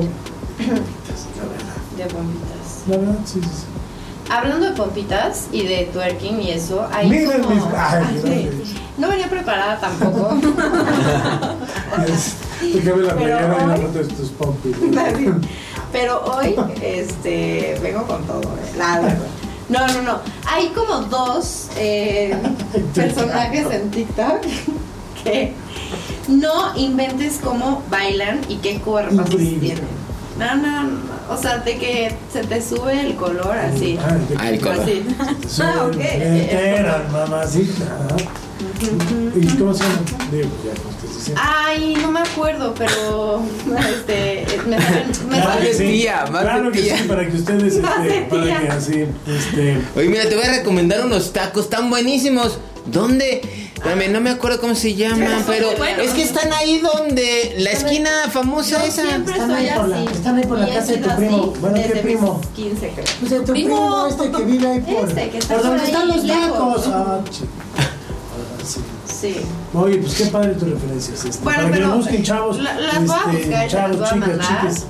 S5: de pompitas.
S3: La verdad, sí, sí, sí.
S5: Hablando de pompitas y de twerking y eso, hay
S3: Miren
S5: como...
S3: mis. *laughs* Ay,
S5: *laughs* Ah, sí. No venía preparada tampoco.
S3: *laughs* gracias. Te cabe la
S5: Pero
S3: playera y la
S5: hoy- Ah,
S3: foto de tus pompis.
S5: Pero hoy, este, vengo con todo, ¿eh? La verdad. No, no, no. Hay como dos eh, personajes en TikTok que no inventes cómo bailan y qué cuerpazos
S3: Increíble.
S5: tienen. No, no, no. O sea, de que se te sube el color así.
S3: Ay, de-
S7: Ah, el color.
S3: *laughs*
S5: Así. *laughs*
S3: Son
S5: Ah, ok.
S3: enteras, mamacita. ¿Y cómo se llama? Digo, ya no estoy
S5: Ah,
S3: diciendo.
S5: Ay, no me acuerdo, pero este, me salen, me
S3: Claro
S5: salen
S3: que
S7: de tía, más de
S3: Claro que
S7: tía.
S3: sí, para que ustedes, este,
S5: Más de
S3: para
S5: tía.
S3: que así, este,
S7: Oye, mira, te voy a recomendar unos tacos tan buenísimos. ¿Dónde? Dame, no me acuerdo cómo se llaman, Ah, pero
S5: Pero son buenos.
S7: es que están ahí donde la esquina famosa
S5: Yo
S7: esa.
S5: siempre
S3: Están ahí
S5: soy
S3: por la-
S5: así.
S3: están ahí por la
S5: y he
S3: casa de tu
S5: sido así
S3: primo. Bueno, ¿qué
S5: desde mis
S3: primo?
S5: 15, creo.
S3: Pues el tu primo
S5: Primo.
S3: este que vive ahí por,
S5: Este que está
S3: por donde
S5: por ahí,
S3: están los
S5: lejos.
S3: tacos. Ah, chico. Ah, sí.
S5: Sí.
S3: Oye, pues qué padre tus referencias. Este.
S5: Bueno,
S3: para que
S5: pero
S3: lo busquen, chavos. este,
S5: la- las voy a buscar y te las
S3: chavos,
S5: voy a
S3: chicas,
S5: mandar.
S3: chicas.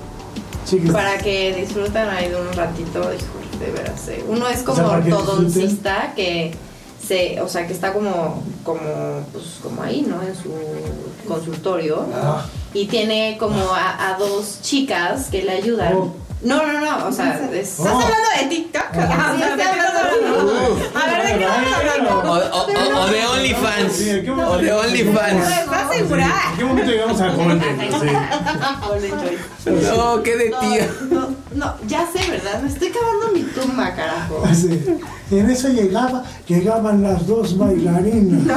S3: Chicas.
S5: Para que disfrutan ahí de un ratito, hijo, de veras. eh. Uno es
S3: O
S5: como
S3: sea, para que
S5: ortodoncista que se, o sea, que está como, como, pues, como ahí, ¿no? En su consultorio.
S3: Ah,
S5: Y tiene como a, a dos chicas que le ayudan.
S3: Oh.
S5: No, no, no, o sea, es-
S3: Oh.
S5: ¿estás hablando de TikTok? Ah,
S9: Sí,
S5: o sea,
S9: estoy
S5: ¿de qué estás
S9: hablando
S5: hablando?
S7: Uf.
S5: A ver, ¿de qué vamos a hablar?
S7: O, o- o- o de OnlyFans.
S3: Sí, ¿qué
S7: O de OnlyFans.
S5: ¿Estás segura?
S3: ¿En qué momento llegamos a
S5: *laughs*
S3: Golden? Sí.
S5: Golden Choice.
S7: No, qué de tía.
S5: No, no, no, ya sé, ¿verdad? Me estoy cavando mi tumba, carajo.
S3: Así. En eso llegaba, llegaban las dos bailarinas.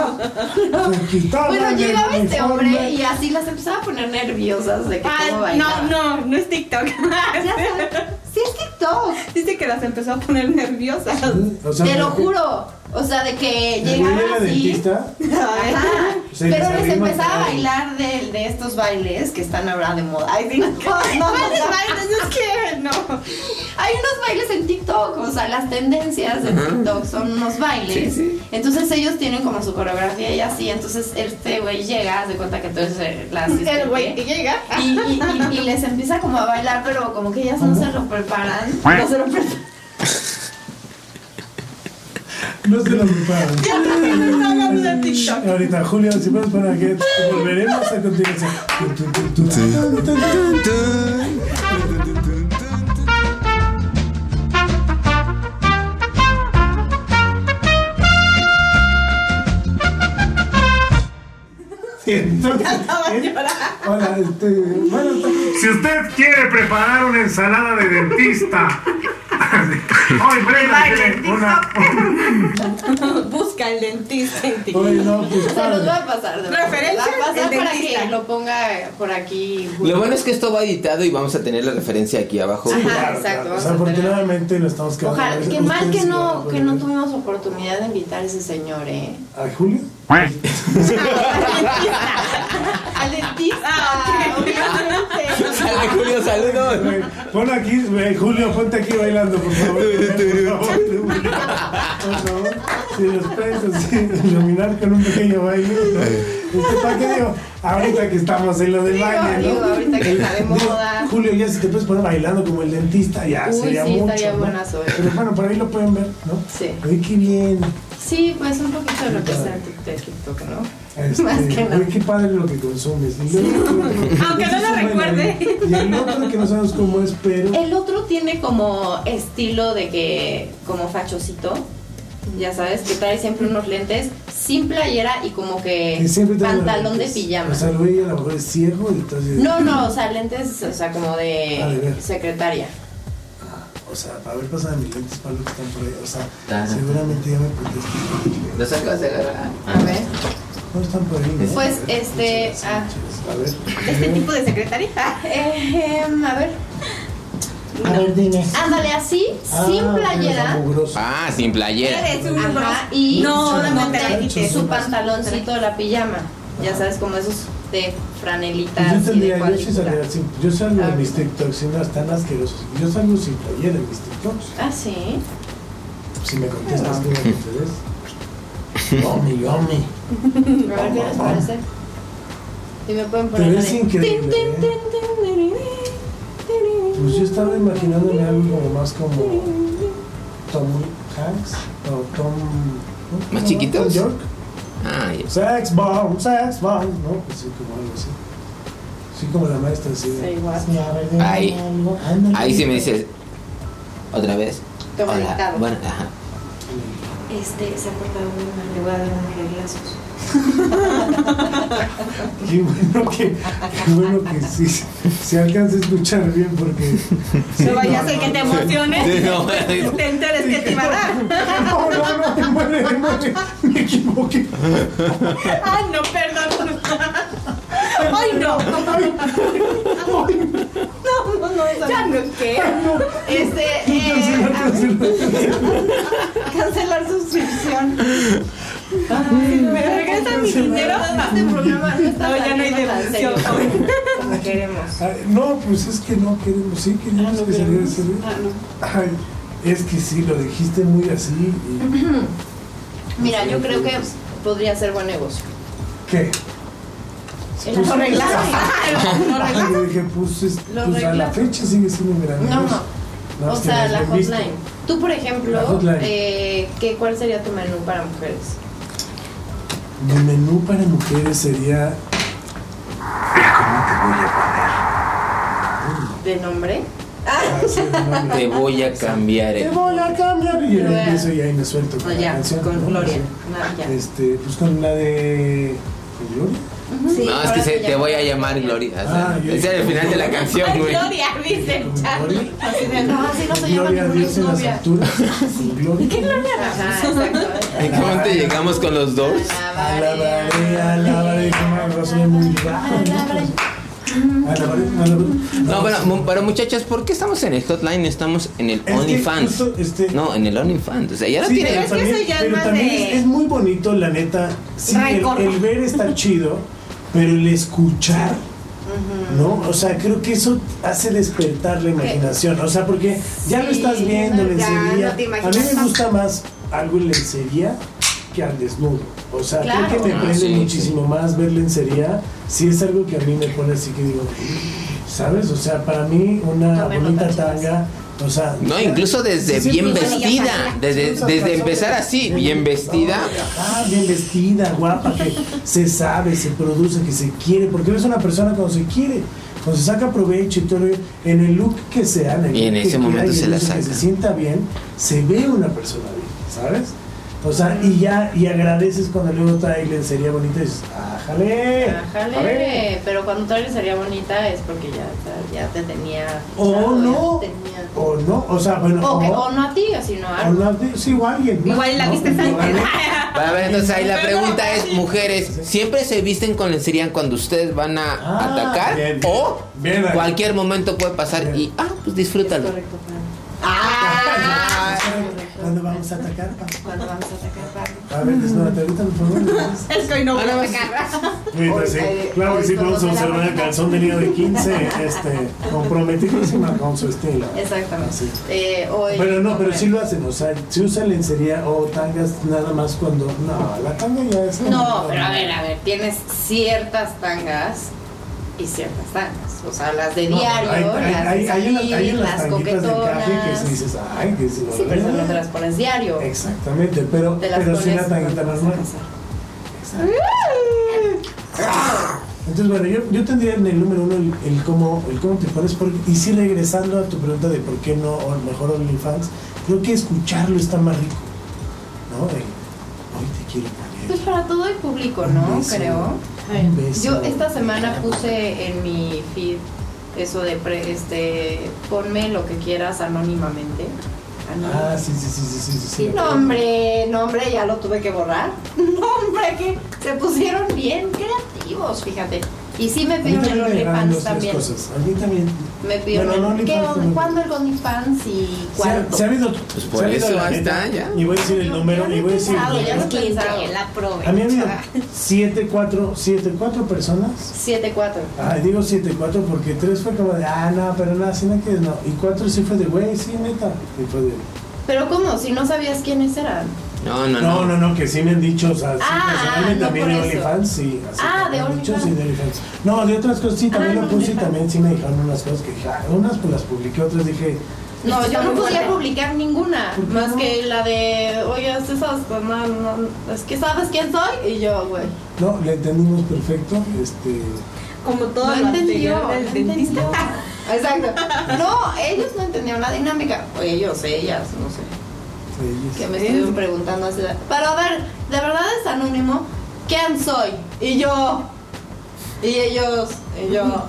S3: Se quitaban
S5: Bueno,
S3: el
S5: llegaba este
S3: uniforme.
S5: hombre y así las empezaba a poner nerviosas de que cómo
S9: Ah,
S5: bailaba.
S9: no, no, no es TikTok.
S5: Ya sabes, sí es TikTok,
S9: Dice que las empezó a poner nerviosas.
S3: O sea,
S5: te lo
S3: porque-
S5: juro. O sea, de que
S3: ¿El güey
S5: llegaba
S3: era
S5: así.
S3: dentista?
S5: Ajá.
S3: Se les
S5: Pero les
S3: arrima,
S5: empezaba a
S3: claro.
S5: bailar de, de estos bailes que están ahora de moda. Ay, sí, no, no, no,
S9: ¿Cuáles
S5: no.
S9: bailes? Es que no.
S5: Hay unos bailes en TikTok, o sea, las tendencias de TikTok son unos bailes. Entonces ellos tienen como su coreografía y así. Entonces este güey llega, se cuenta que tú eres eh, la asistente.
S9: El güey que llega.
S5: Y, y- y- y les empieza como a bailar, pero como que ellas no se lo preparan. No se lo preparan.
S3: No se lo preparan.
S9: Ya no sé, no hagamos de TikTok.
S3: Ahorita, Julio, si puedes poner aquí, volveremos a continuación. Tun, tun, tun, tun, tun, tun, tun. Entonces, ¿eh? Hola, este, bueno, está bien.
S1: Si usted quiere preparar una ensalada de dentista, hoy préndale
S5: *laughs*
S1: una,
S9: Busca el dentista en TikTok.
S3: Oye, no, pues,
S5: Se los
S3: padre.
S5: va a pasar. de verdad.
S9: Referencias
S5: Va a pasar
S9: del
S5: para
S9: dentista.
S5: que lo ponga por aquí.
S7: Lo bueno es que esto va editado y vamos a tener la referencia aquí abajo.
S5: Ajá, exacto. vamos a tener-
S3: Desafortunadamente lo estamos quedando.
S5: Ojalá, qué mal que
S3: Ustedes
S5: no,
S3: van a
S5: que no
S3: poner-
S5: tuvimos oportunidad de invitar a ese
S3: *laughs*
S5: señor, ¿eh?
S3: ¿A Julio?
S5: Al dentista. Ah, obviamente.
S7: *laughs* Sale Julio, saludos.
S3: Güey, Pon aquí, güey, Julio, ponte aquí bailando, por favor. Por favor, Julio. Por favor. Si los puedes así iluminar con un pequeño baile. ¿no? Este, ¿Para qué digo? Ahorita que estamos en lo del
S5: Digo,
S3: baile, ¿no?
S5: digo, ahorita que está de
S3: Digo,
S5: moda.
S3: Julio, ya si te puedes poner bailando como el dentista, ya
S5: Uy,
S3: sería
S5: sí,
S3: mucho.
S5: estaría
S3: ¿no?
S5: buenazo, eh.
S3: Pero bueno, por ahí lo pueden ver, ¿no?
S5: Sí.
S3: Ay, qué bien.
S5: Sí, pues un poquito de lo que sea de TikTok, ¿no?
S3: Este,
S5: Más que nada.
S3: güey, qué padre lo que consumes. Y luego-
S5: *laughs*
S9: Aunque no lo recuerde.
S3: Y el otro que no sabemos cómo es, pero.
S5: El otro tiene como estilo de que, como fachosito, ya sabes, que trae siempre unos lentes sin playera y como que
S3: Que siempre trae
S5: pantalón de
S3: lentes.
S5: pijama.
S3: O sea, el güey a lo mejor es ciego y entonces.
S5: No, no, o sea, lentes, o sea, como
S3: Ah, de
S5: de
S3: ver.
S5: secretaria.
S3: "Ah, O sea, a ver, pásame mis lentes para los que están por ahí. O sea,
S7: Claro.
S3: seguramente ya me contesté.
S7: Los acabas de agarrar.
S5: A ver.
S3: No están por ahí. ¿no?
S5: Pues,
S3: A ver,
S5: este,
S3: muchas
S5: ah.
S3: gracias, A ver.
S9: Este tipo de *laughs* secretaria.
S5: Eh, em, a ver.
S3: A ver, dime.
S5: Ándale, así,
S3: Ah,
S5: sin
S3: eres
S5: playera.
S3: mugroso.
S7: Ah, sin playera.
S9: Eres un
S5: Ajá, y
S9: No, no
S5: con
S9: te la quites.
S5: su pantaloncito de la pijama. Ya sabes, como esos de
S3: Pues Yo
S9: Pues
S5: franelitas y de
S3: saldría, yo sí
S5: cuadrícula.
S3: saldría sin. Yo salgo
S5: Ah.
S3: en mis TikToks, si no están asquerosos. Yo salgo sin playera en mis TikToks.
S5: Ah, sí.
S3: Si me contestas, ¿qué me contestas? Yomi, yomi.
S5: A ver, ¿qué les parece? Si me pueden
S3: Pero
S5: poner
S3: es
S5: ahí.
S3: increíble. ¿eh? Pues yo estaba imaginándome algo como más como Tom Hanks o Tom. ¿no?
S7: ¿Más chiquitos?
S3: Tom York.
S7: Ah, ya.
S3: Sex bomb, sex bomb, ¿no? Pues sí, como algo así. Sí, como la maestra, "Pues sí.
S5: Sí, igual.
S7: Ahí. Ahí sí me dices. Otra vez.
S5: Toma
S7: Hola.
S5: dictado.
S7: Bueno, ajá.
S6: Este, se ha portado muy mal, le voy a dar un reglazos.
S3: Qué bueno que, qué bueno que sí se alcanza a escuchar bien porque.
S9: No
S3: *laughs* sí,
S9: vaya a ser que te emociones.
S7: Sí, no, bueno.
S9: te enteres que te iba a dar.
S3: No, no, no, me muere, me muere, me
S5: Eh,
S3: equivoqué.
S9: Ay, no, perdón. Ay, no. No, no, no. esa
S5: Ya
S9: no.
S5: no qué.
S9: Este, eh,
S3: Cancela, cancela.
S9: cancelar suscripción. ¿Me regresa mi dinero?
S5: Este programa no está
S9: No, ya no hay
S5: saliendo tan
S9: devolución.
S5: serio.
S6: Como queremos.
S3: Ay, No, pues es que no queremos, sí
S5: Ah,
S3: queremos que saliera ese video. Ay, es que sí, lo dijiste muy así. y-
S5: Mira, yo creo que podría ser buen negocio.
S3: ¿Qué?
S5: El
S3: Pues,
S5: arreglar.
S3: Ay, yo dije, pues, es-
S5: Lo
S3: pues, a la
S5: arreglamos.
S3: fecha sigue siendo
S5: No,
S3: maravilloso.
S5: no.
S3: Nada
S5: O
S3: más que
S5: sea,
S3: las
S5: la
S3: he visto.
S5: hotline. Tú, por
S3: La
S5: ejemplo,
S3: hotline.
S5: eh, ¿qué, ¿cuál sería tu menú para mujeres?
S3: Mi menú para mujeres sería.
S5: ¿De nombre?
S7: Te voy a cambiar
S3: Te
S7: el.
S3: voy a cambiar. Y ahí
S5: Gloria.
S3: empiezo y ahí me suelto.
S5: O
S3: la
S5: ya,
S3: canción,
S5: con
S3: ¿no?
S5: Gloria.
S3: Sí.
S5: No, Ah, ya.
S3: Este, pues con la de. ¿con Gloria?
S5: Sí,
S7: No, es
S5: ahora
S7: que se-
S5: ya-
S7: te voy a llamar Gloria. O sea,
S3: Ah, yo-
S7: ese era el final de la canción,
S9: Ay,
S7: güey.
S9: Gloria, dice el
S3: ¿Con Gloria?
S9: Charlie. Así de,
S5: No,
S9: no.
S5: así no se llama
S3: Gloria a
S5: ninguna
S3: Dios en las
S5: novia.
S3: alturas.
S5: *laughs*
S3: Con Gloria.
S9: ¿Qué Gloria?
S5: Ajá, exacto.
S7: ¿Y cómo te llegamos con los dos?
S5: Ah,
S3: Alabaré, alabaré, como algo así muy bajo.
S5: Alabaré.
S3: Alabaré, alabaré.
S5: pues.
S7: No, pero, mu- pero muchachas, ¿por qué estamos en el hotline? Estamos en el
S3: Es que
S7: OnlyFans.
S3: justo, este-
S7: No, en el OnlyFans. O sea, ya no
S3: Sí,
S7: tiene.
S9: pero es que eso ya es
S3: pero
S9: más
S3: también
S9: de-
S3: es, es muy bonito, la neta. Sí, el,
S9: Rencor.
S3: el
S9: *laughs*
S3: ver está chido, pero el escuchar, ¿no? O sea, creo que eso hace despertar la imaginación. O sea, porque ya lo
S5: Sí,
S3: estás viendo,
S5: no, ya,
S3: lencería. A
S5: no te
S3: mí
S5: imaginas
S3: me
S5: tanto.
S3: gusta más algo en lencería que al desnudo. O sea, creo
S5: Claro.
S3: que me
S7: Ah,
S3: prende
S7: sí,
S3: muchísimo más ver lencería. Si es algo que a mí me pone así que digo, ¿sabes? O sea, para mí una
S5: Tomen
S3: bonita
S5: nota, chicas.
S3: tanga, o sea...
S7: No, incluso desde
S3: Sí,
S7: bien
S3: siempre-
S7: vestida. Desde, desde
S3: pues,
S7: empezar así, bien vestida.
S3: Ah, bien vestida, guapa, que se sabe, se produce, que se quiere, porque eres una persona cuando se quiere, cuando se saca provecho y todo, en el look que sea, en el
S7: Y en
S3: look que
S7: ese momento
S3: quiera y
S7: se
S3: en
S7: la
S3: el que
S7: saca.
S3: se sienta bien, se ve una persona bien, ¿sabes? O sea, y ya, y agradeces cuando luego trae lencería bonita y dices, ¡ájale! ¡ájale!
S5: Ájale, pero cuando traes sería bonita es porque ya, ya te tenía.
S3: O no,
S5: ya te tenía- o,
S3: o no, o sea, bueno,
S5: que-
S3: o,
S5: o no a ti, sino a
S3: o no, sí, o alguien. ¿no?
S9: Igual la
S3: ¿No?
S9: viste
S3: *laughs*
S9: antes.
S7: Para ver, entonces ahí la pregunta es, mujeres, ¿siempre se visten con lencería cuando ustedes van a
S3: Ah,
S7: atacar?
S3: bien, bien.
S7: o
S3: Bien, ahí.
S7: cualquier momento puede pasar y, ah, pues disfrútalo.
S5: Correcto, Pam.
S7: Ah,
S3: ¿Cuándo vamos a atacar?
S5: cuando vamos a atacar Pam.
S3: A ver, desnúdate ahorita, por favor.
S9: *laughs* Es que hoy no voy
S7: Ahora
S9: a
S7: vas-
S9: sacar.
S3: Ahorita sí,
S5: eh,
S3: claro que sí, vamos a observar el calzón de niño de 15, este, comprometidísima con su estilo.
S5: Exactamente.
S3: Sí.
S5: Eh, o el-
S3: Pero no, pero sí lo hacen, o sea, si usan lencería o tangas nada más cuando. No, la tanga ya es. como-
S5: No, pero a ver, a ver, tienes ciertas tangas y ciertas tangas. O sea, las de
S3: No,
S5: diario,
S3: hay, hay,
S5: las
S3: hay,
S5: de
S3: hay en las,
S5: salir,
S3: hay en las
S5: las
S3: tanguitas de café que
S5: coquetonas.
S3: sí dices, ay, que si no
S5: Sí,
S3: la
S5: pero
S3: ves".
S5: no te las pones diario.
S3: Exactamente, pero,
S5: Te las
S3: pero sí
S5: pones
S3: una tanguita
S5: cuando vas a
S3: normal.
S5: casar.
S3: Entonces, bueno, yo, yo tendría en el número uno el, el cómo, el cómo te pones. por- y sí, regresando a tu pregunta de por qué no, o mejor OnlyFans, creo que escucharlo está más rico. ¿No? El, hoy te quiero
S5: Pues
S3: poner.
S5: para todo el público, ¿no?
S3: un beso,
S5: Creo.
S3: Un beso.
S5: Yo esta semana puse en mi feed eso de pre- este ponme lo que quieras anónimamente.
S3: Ah, sí, sí, sí, sí, sí. sí, sí,
S5: Sí, nombre, nombre, ya lo tuve que borrar. *laughs* Nombre, que se pusieron bien creativos, fíjate. Y sí me
S3: A mí
S5: pidieron
S3: también
S5: el
S3: me dejaron
S5: OnlyFans
S3: dos, tres
S5: también.
S3: cosas. A mí también.
S5: Me pidieron
S3: Bueno, no,
S5: el, ¿qué
S3: OnlyFans
S5: on-
S3: también.
S5: ¿Cuándo el OnlyFans y
S3: Se ha-
S5: cuánto?
S3: Se ha habido.
S7: Pues por
S3: se ha habido
S7: eso,
S3: la
S7: ahí
S3: neta,
S7: está, ya.
S3: Y voy a decir el
S5: Yo-
S3: número,
S5: yo lo he
S3: y voy a decir.
S5: pensado, ya lo he pensado.
S9: la prove.
S3: A mí ha habido 7, 4, 7, 4 personas.
S5: 7-4.
S3: Ay, digo 7-4 porque 3 fue como de, ah, no, pero nada, si no que no. Y 4 sí fue de, güey, sí, neta. Y fue de,
S5: Pero ¿cómo? Si no sabías quiénes eran.
S7: No, no,
S3: No,
S7: no.
S3: no, no, que sí me han dicho, o sea, sí,
S5: Ah,
S3: personalmente
S5: no
S3: también
S5: por
S3: de
S5: eso.
S3: OnlyFans, sí. así
S5: Ah,
S3: me
S5: de
S3: han dicho,
S5: OnlyFans.
S3: sí, de OnlyFans. No, de otras cosas sí, también
S5: Ah,
S3: lo
S5: no,
S3: puse y
S5: OnlyFans.
S3: también sí me dijeron unas cosas que dije, ah, unas pues las publiqué, otras dije,
S5: No, yo no podía
S9: publicar.
S5: publicar ninguna,
S3: ¿Por qué
S5: más
S3: no?
S5: que la de, oye, ¿sí sabes, Pues, no, no, es que sabes quién soy, y yo, güey.
S3: no, le entendimos perfecto, este,
S9: Como todo
S5: No
S9: lo
S5: entendió,
S9: anterior del
S5: no
S9: dentista.
S5: *laughs* entendió. Exacto. No, ellos no entendieron la dinámica. O ellos, ellas, no sé.
S3: ellos.
S5: Que me estuvieron preguntando así. de- Pero a ver, de verdad es anónimo. ¿Quién soy? Y yo. Y ellos. Y yo. ah,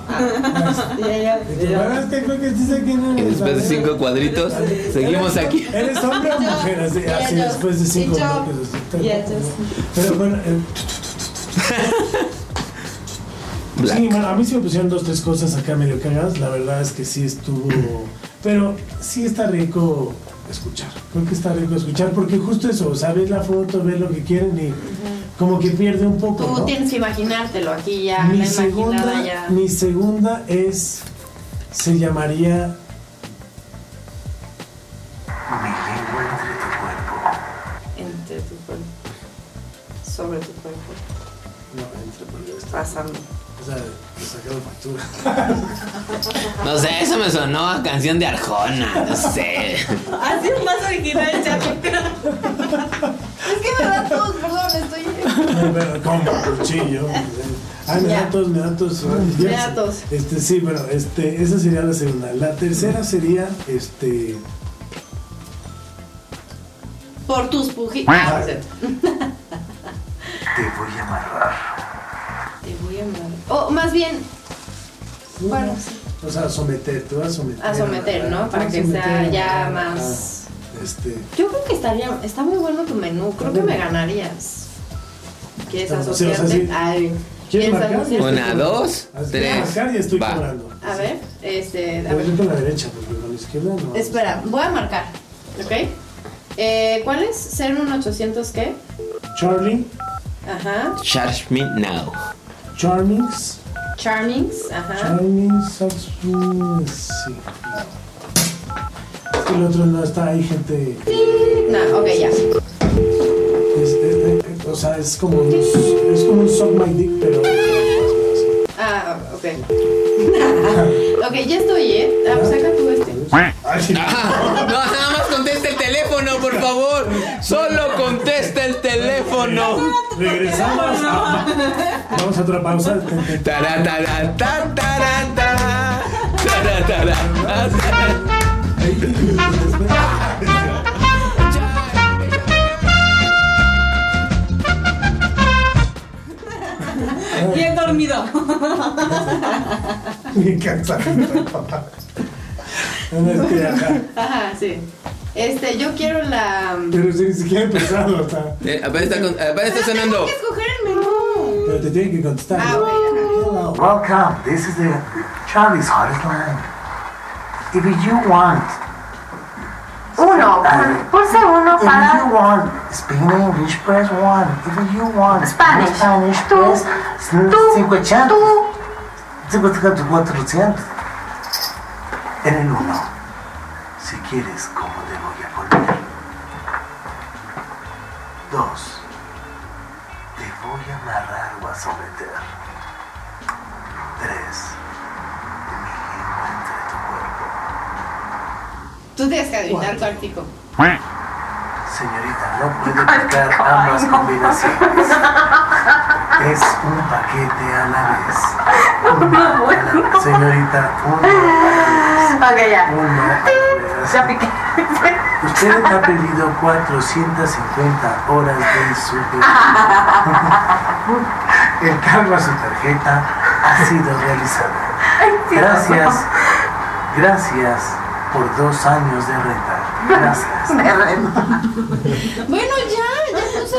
S5: y ellos.
S3: Y
S5: y
S3: *laughs* tú,
S5: yo.
S3: "Bueno, es que creo que sí sé quién
S7: Y
S3: eres,
S7: después de
S3: ¿sabes?
S7: cinco cuadritos, seguimos
S3: ¿Eres-
S7: aquí.
S3: ¿Eres
S5: *laughs*
S3: hombre o
S5: Yo-
S3: mujer? Así,
S5: y
S3: así
S5: ellos,
S3: después de cinco
S5: y yo,
S3: bloques, así,
S5: y
S3: tal,
S5: ellos.
S3: Pero bueno, eh,
S7: Black.
S3: Sí, bueno, a mí sí me pusieron dos, tres cosas acá medio cagadas. La verdad es que sí estuvo. Pero sí está rico escuchar. Creo que está rico escuchar porque justo eso, o sea, ves la foto, ves lo que quieren y como que pierde un poco.
S5: Tú
S3: ¿no?
S5: tienes que imaginártelo aquí ya.
S3: mi,
S5: la imaginada
S3: segunda,
S5: ya.
S3: mi segunda es. Se llamaría.
S4: Mi lengua entre tu cuerpo.
S5: Entre tu cuerpo. Sobre tu cuerpo.
S3: No, entre porque está-
S5: Pasando.
S3: O sea, le sacaron factura.
S7: No sé, eso me sonó a canción de Arjona, no sé.
S5: Ah,
S9: Así es más original,
S5: *laughs*
S9: Charlie.
S5: Es que me dan todos, perdón, estoy.
S3: No, pero como cuchillo. Ay, me da
S5: Ya.
S3: tos, me da tos. Ay,
S5: Me
S3: ya
S5: da
S3: sé.
S5: tos.
S3: Este, sí, bueno, este, esa sería la segunda. La tercera sería, este,
S5: Por tus pujitas. Ah, no es cierto.
S4: Te voy a amarrar.
S5: Te voy a amar. O más bien, Bueno, sí.
S3: o sea, someter, te vas a someter.
S5: A someter, ¿no?
S3: Te vas
S5: Para
S3: a
S5: que
S3: someter,
S5: sea ya
S3: ajá,
S5: más-
S3: Este,
S5: yo creo que estaría, está muy bueno tu menú, creo que me ganarías. ¿Quieres
S3: Sí, o sea,
S5: asociarte?
S3: sí.
S5: Ay,
S3: ¿Quieres marcar?
S5: asociarte?
S7: Una, dos,
S3: así,
S7: tres.
S3: marcar y estoy
S7: va.
S3: cobrando.
S5: A ver, este, a
S3: Voy a
S5: ver.
S3: ir con la derecha, porque con la izquierda no.
S5: Espera, voy a marcar, ¿ok? Eh, ¿Cuál es? ¿Ser un 800 qué?
S3: Charlie,
S5: Ajá.
S7: Charge me now.
S3: Charmings,
S5: Charmings, ajá.
S3: Charmings, Saxoon, sí. Es que el otro no está, hay gente...
S5: No, ok, ya.
S3: Es- es- es- o sea, es como un, es como un suck my dick, pero.
S5: Ah, ok. *laughs* ok, ya estoy, ¿eh? Ah, pues saca tú este.
S3: Ay, sí.
S7: Ah, no, nada más contesta el teléfono, por favor. Solo contesta el teléfono.
S3: Regresamos. a- Vamos a otra pausa.
S7: Tará, tará, ta, tará, tará. Tará, tará, ta, tará.
S9: Bien dormido.
S3: Me encanta. No, es que, ajá,
S5: Ajá, sí. Este, yo quiero la...
S3: Pero si ni siquiera he empezado, o sea,
S7: Eh, apenas está, con- apenas está sonando.
S5: escoger el menú.
S3: pero te tienen que contestar.
S5: Ah, ok, ajá.
S1: Welcome. This is the Charlie's hottest line. If you want,
S6: Uno. Pulse uno
S1: if
S6: para.
S1: you want speaking English, press one. If you want
S6: Spanish.
S1: Spanish,
S6: Tú.
S1: press
S6: Tú.
S1: 500. 400. En el uno. Si quieres, ¿cómo te voy a poner? Dos. Te voy a amarrar o a someter. Tres. Mi lengua entre tu cuerpo.
S5: Tú tienes que adivinar tu artículo.
S1: Señorita, no puede tocar ambas combinaciones. Es un paquete a la vez.
S6: *laughs* Ah,
S1: Señorita, uno,
S6: Ok, ya.
S1: uno a la vez.
S6: Ya piqué. *laughs*
S1: Usted ha pedido 450 horas de
S6: *laughs*
S1: su *laughs* vida. El cargo a su tarjeta ha sido realizado. Gracias, gracias por dos años de renta. Gracias.
S5: Bueno, ya, ya puse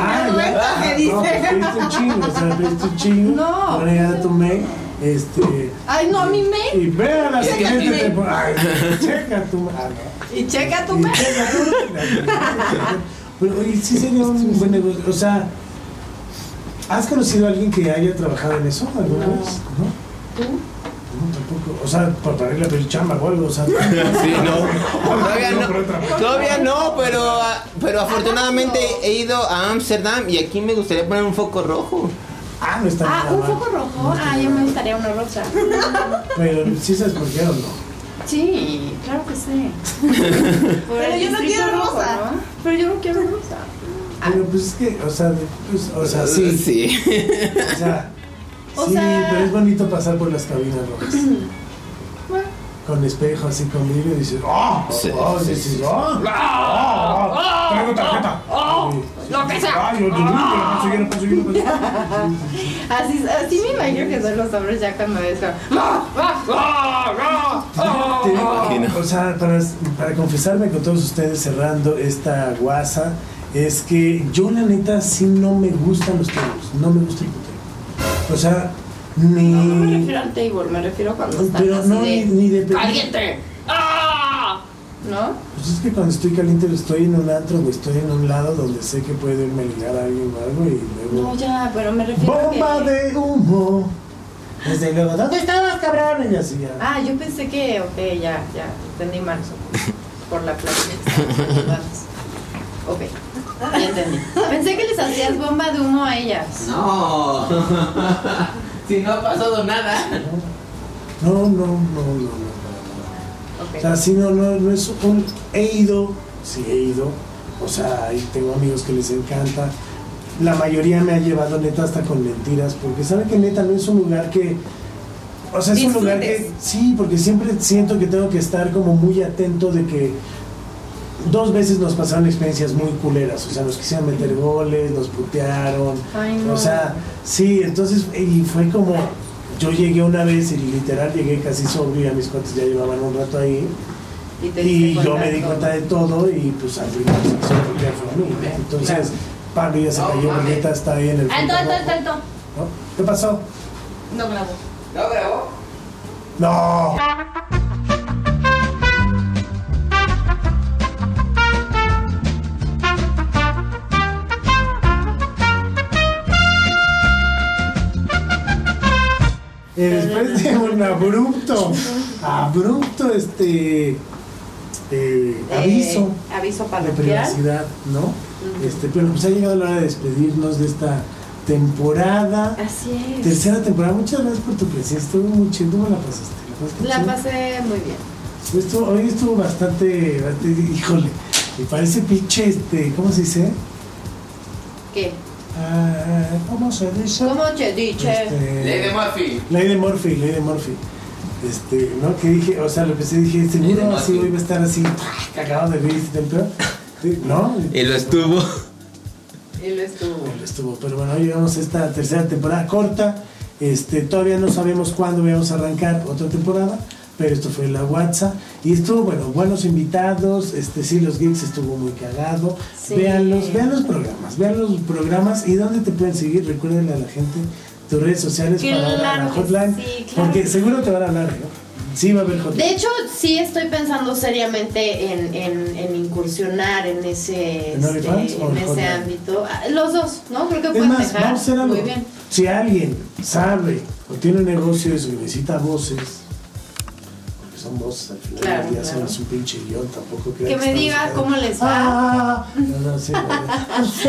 S3: Ah,
S5: uno.
S3: ya.
S9: ¿Qué
S3: No,
S9: dice?
S3: pues pediste un chingo, o sea, pediste un chingo.
S5: No.
S3: Ahora ya tomé. Este.
S5: Ay, no, a mí me.
S3: Y ve a la
S5: Checa
S3: siguiente
S5: tu mail.
S3: temporada. Ay, Checa tu. Ah, no.
S5: Y checa tu menú.
S3: Pero, oye, sí sería un buen negocio. O sea, ¿has conocido a alguien que haya trabajado en eso alguna vez? ¿No? ¿Tú? tampoco. O sea, por traerle a pedir chamba o algo, o sea.
S7: Sí, no. Todavía
S3: No,
S7: no,
S3: por otra parte.
S7: todavía no, pero, ah, pero afortunadamente
S9: Hagámoslo.
S7: he ido a Ámsterdam y aquí me gustaría poner un foco rojo.
S3: Ah, no está
S5: Ah,
S3: nada
S5: un
S3: mal.
S5: foco rojo. Ah, yo me gustaría una rosa.
S3: Pero sí sabes por qué o no.
S5: Sí, claro que sí. *laughs* Por
S9: Pero
S5: el
S9: yo no
S5: distrito
S9: quiero
S5: rojo,
S9: rosa.
S5: ¿no? Pero yo no quiero rosa.
S3: Pero pues es que, o sea, pues, o sea, sí.
S7: Ah. *laughs* Sí.
S3: O sea,
S5: *laughs* O
S3: sí,
S5: sea-
S3: pero es bonito pasar por las cabinas rojas.
S5: *clears throat* Bueno.
S3: Con espejo así con vidrio y dices, ¡oh!
S7: Sí,
S3: ¡oh!
S7: sí,
S3: dices, ¡oh! ¡oh! ¡oh! ¡Traigo tarjeta! ¡oh! ¡lo que sea! ¡ay, yo no, no, no, conseguí, lo conseguí, lo conseguí!
S7: *laughs*
S5: Así, así me imagino que son los hombres ya cuando es como, ¡Ah! ¡Ah! Oh,
S3: Te digo,
S7: imagino.
S3: O sea, para, para confesarme con todos ustedes cerrando esta guasa, es que yo la neta sí no me gustan los tacos, no me gusta el putero. O sea, ni...
S5: No, no me refiero al table, me refiero cuando están
S3: pero
S5: así
S3: no,
S5: de,
S3: ni, ni de
S5: ¡Caliente! ¡Ah! ¿No?
S3: Pues es que cuando estoy caliente estoy en un antro o estoy en un lado donde sé que puedo irme a ligar a alguien o algo y
S5: No,
S3: luego...
S5: ya, pero me refiero
S3: ¡Bomba
S5: a que...
S3: de humo! Desde luego, ¿dónde estabas, cabrón? Y así ya.
S5: Ah, yo pensé que, ok, ya, ya, entendí mal supongo, por la plática. que estábamos llevando antes. Ok, ya entendí. Pensé que les hacías bomba de humo a ellas.
S7: No. Si no ha pasado nada.
S3: No, no, no, no, no, no, no. O
S5: Ok.
S3: sea, sí, no, no, no es un... He ido, sí he ido. O sea, ahí tengo amigos que les encanta. La mayoría me ha llevado neta hasta con mentiras, porque sabe que neta no es un lugar que... O sea, es un lugar que...
S9: Disfrutes.
S3: Sí, porque siempre siento que tengo que estar como muy atento de que... Dos veces nos pasaron experiencias muy culeras, o sea, nos quisieron meter goles, nos putearon,
S5: Ay, no.
S3: o sea, sí, entonces, y fue como, yo llegué una vez y literal llegué casi sobrio, ya mis cuates ya llevaban un rato ahí,
S5: Y, te
S3: y
S5: diste
S3: yo me di
S5: todo.
S3: cuenta de todo y pues al final se hizo porque fue a mí, ¿no? Entonces, Pablo ya se
S7: No,
S3: cayó,
S7: mames.
S3: Benita está ahí en el...
S9: Alto, alto,
S3: fondo,
S9: alto, alto.
S3: ¿no? ¿Qué pasó?
S9: No grabo.
S7: No, bravo.
S3: No. Y después de un abrupto, abrupto este eh,
S5: Eh,
S3: aviso
S5: aviso
S3: de
S5: parroquial.
S3: privacidad, ¿no? Este, pero pues ha llegado la hora de despedirnos de esta temporada.
S5: Así es.
S3: Tercera temporada, muchas gracias por tu presencia, estuvo muy chido, ¿cómo la pasaste? ¿La
S5: La
S3: pasaste
S5: pasé muy bien.
S3: chido? Estuvo- hoy estuvo bastante, bastante- híjole, me parece pinche, este, ¿cómo se dice?
S5: ¿Qué?
S3: Ah, ¿Cómo se dice?
S5: ¿Cómo te dije?
S3: Este,
S7: Ley de Murphy.
S3: Ley de Murphy, Ley de Murphy. Este, ¿no? Que dije, o sea, lo pensé, dije, este
S7: Ley de
S3: seguro así
S7: Murphy.
S3: iba a estar así, cagado de risa y temprano. Sí,
S7: *coughs*
S3: ¿No?
S7: Y lo estuvo.
S5: Y lo estuvo.
S3: Bueno, estuvo, pero bueno, hoy llegamos a esta tercera temporada corta. Este, todavía no sabemos cuándo vamos a arrancar otra temporada, pero esto fue la WhatsApp. Y estuvo, bueno, buenos invitados. Este, sí, los geeks estuvo muy cagado.
S5: Sí.
S3: Vean, los, vean los programas, vean los programas y dónde te pueden seguir. Recuérdenle a la gente tus redes sociales para
S5: Claro
S3: la
S5: que
S3: hotline,
S5: sí, claro
S3: porque
S5: que
S3: seguro te van a hablar, ¿no? Sí, va a haber hotline.
S5: De hecho, sí estoy pensando seriamente en, en- en incursionar en ese, este,
S3: ¿En OnlyFans o en
S5: en ese
S3: Hotmail?
S5: ámbito. Ah, Los dos, ¿no? Creo que
S3: Es
S5: pueden
S3: más,
S5: dejar
S3: vamos a hacer algo.
S5: muy bien. *laughs*
S3: Si alguien sabe o tiene un negocio y necesita voces, porque son voces al final
S5: Claro,
S3: del día,
S5: claro.
S3: son es un pinche guión, tampoco creo
S5: Que me
S3: estamos
S5: diga
S3: acá.
S5: cómo les va.
S3: Ah, no, no,
S5: *laughs*
S3: sí, no, no. Sí,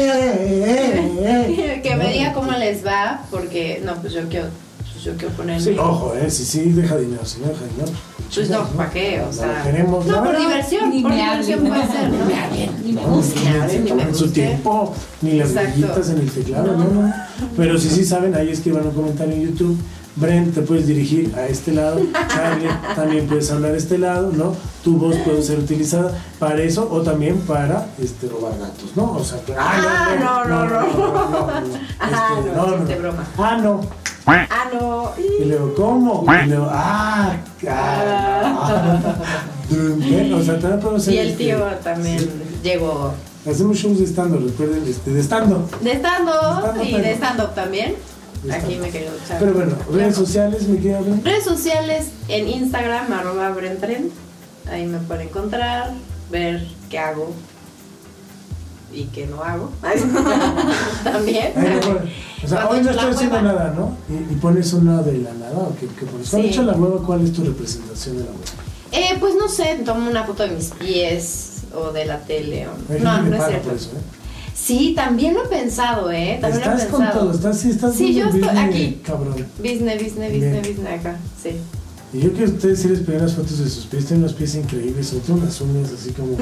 S3: eh, eh.
S5: que me
S3: No,
S5: diga
S3: no,
S5: cómo les va, porque no, pues yo quiero, pues yo quiero poner.
S3: Sí, ojo, eh, si sí, deja dinero, si no deja dinero.
S5: Pues no,
S3: chingas,
S5: ¿para qué? O
S3: No
S5: sea,
S3: lo queremos,
S5: no,
S3: la
S5: por
S3: verdad.
S5: diversión,
S9: Ni
S5: por
S9: me
S5: diversión
S9: hablen.
S5: puede ser,
S9: Ni
S5: ¿no?
S9: me hablen, ni me
S3: No,
S9: busquen.
S3: ni
S5: Claro,
S3: se
S5: ni me
S3: toman su
S5: guste.
S3: tiempo, ni las
S5: Exacto.
S3: brillitas en el teclado, no, no. Pero si sí saben, ahí escriban un comentario en YouTube. Brent, te puedes dirigir a este lado. Charlie, también puedes hablar a este lado, ¿no? Tu voz puede ser utilizada para eso o también para este, robar datos, ¿no? O sea, claro.
S5: Ah, no, no,
S3: no, no, no,
S5: *laughs*
S3: no.
S5: Ah,
S3: Este,
S5: no,
S3: no,
S5: hiciste
S3: no.
S5: broma.
S3: Ah, no.
S5: Ah, no.
S3: Y luego, ¿cómo? Y luego,
S5: *laughs*
S3: ah, ah, no. *laughs* O sea, te puedo hacer
S5: Y el
S3: este,
S5: tío también llegó.
S3: Hacemos shows de stand-up, recuerden, este, de stand-up.
S5: De stand-up
S3: De
S5: y de
S3: stand-up.
S5: stand-up también.
S3: De
S5: Aquí
S3: stand-up.
S5: me quedo echar.
S3: Pero bueno, redes sociales, me queda bien.
S5: Redes sociales en Instagram, arroba Brentren. Ahí me pueden encontrar, ver qué hago. *laughs*
S8: y que no hago.
S5: También.
S3: Ahí lo pones. O sea,
S5: Cuando
S3: hoy no
S5: la
S3: estoy haciendo
S5: hueva.
S3: nada, ¿no? Y, y pones un lado de la nada, ¿o qué, qué pones? Cuando
S5: Sí.
S3: echas la hueva, ¿cuál es tu representación de la hueva?
S5: Eh, pues no sé, tomo una foto de mis pies o de la tele. o-
S3: Hay
S5: No,
S3: gente que
S5: no es
S3: paga
S5: cierto.
S3: por eso, ¿eh?
S5: Sí, también lo he pensado, ¿eh? También
S3: Estás
S5: lo he
S3: con
S5: pensado.
S3: todo, estás, sí, estás
S5: Sí,
S3: muy
S5: yo estoy
S3: business,
S5: aquí.
S3: Cabrón.
S5: Business,
S3: Bien.
S5: business, business, business acá. Sí.
S3: Y yo que ustedes sí les pegué las fotos de sus pies, tienen unos pies increíbles, son todas unas uñas así
S5: *laughs*
S3: como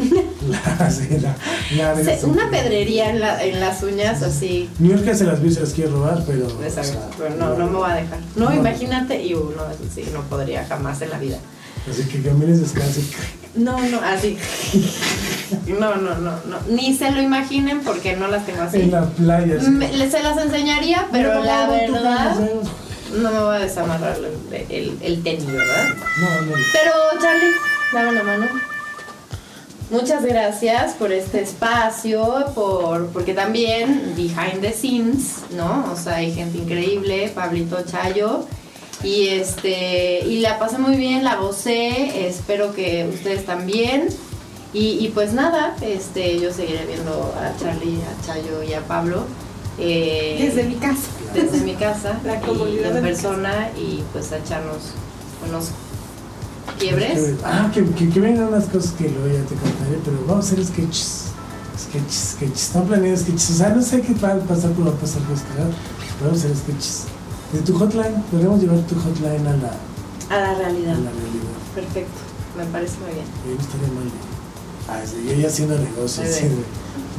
S3: largas, la- largas,
S5: Se- una
S3: increíbles.
S5: pedrería en, la- en las uñas, así.
S3: New York ya se las vi, se las quiere robar, pero.
S5: Exacto,
S3: o sea,
S5: pero no, no me voy a dejar. No,
S3: No.
S5: imagínate, y uno, eso sí, no podría jamás en la vida.
S3: Así que camines descanso.
S5: No, no, así. *laughs* No, no, no, no. Ni se lo imaginen porque no las tengo así.
S3: En la playa. así.
S5: Me- le- se las enseñaría, pero
S3: No,
S5: la
S3: no, tú
S5: Mm, verdad
S3: ganas, eh.
S5: no me voy a desamarrar el, el, el tenis, ¿verdad?
S3: No, no.
S5: Pero Charlie, dame la mano. Muchas gracias por este espacio, por porque también behind the scenes, ¿no? O sea, hay gente increíble, Pablito Chayo. Y este y la pasé muy bien, la gocé, espero que ustedes también. Y, y pues nada, este yo seguiré viendo a Charlie, a Chayo y a Pablo. eh,
S9: Desde mi casa.
S5: desde mi casa
S9: La
S5: y
S9: comodidad de
S5: en
S9: mi
S5: persona y pues a echarnos unos quiebres.
S3: Ah, que, que, que vienen unas cosas que luego ya te contaré, pero vamos a hacer sketches. Sketches, sketches. Están planeados sketches. O sea, no sé qué va a pasar, pero va a pasar cosas claras. Pero vamos a hacer sketches. De tu hotline, podríamos llevar tu hotline a la,
S5: A la
S3: a
S5: realidad.
S3: la realidad.
S5: Perfecto, me parece muy bien.
S3: Yo no estaría mal. Ah, sí, yo ya haciendo negocios.
S5: Muy
S3: Sí,
S5: bien.
S3: de-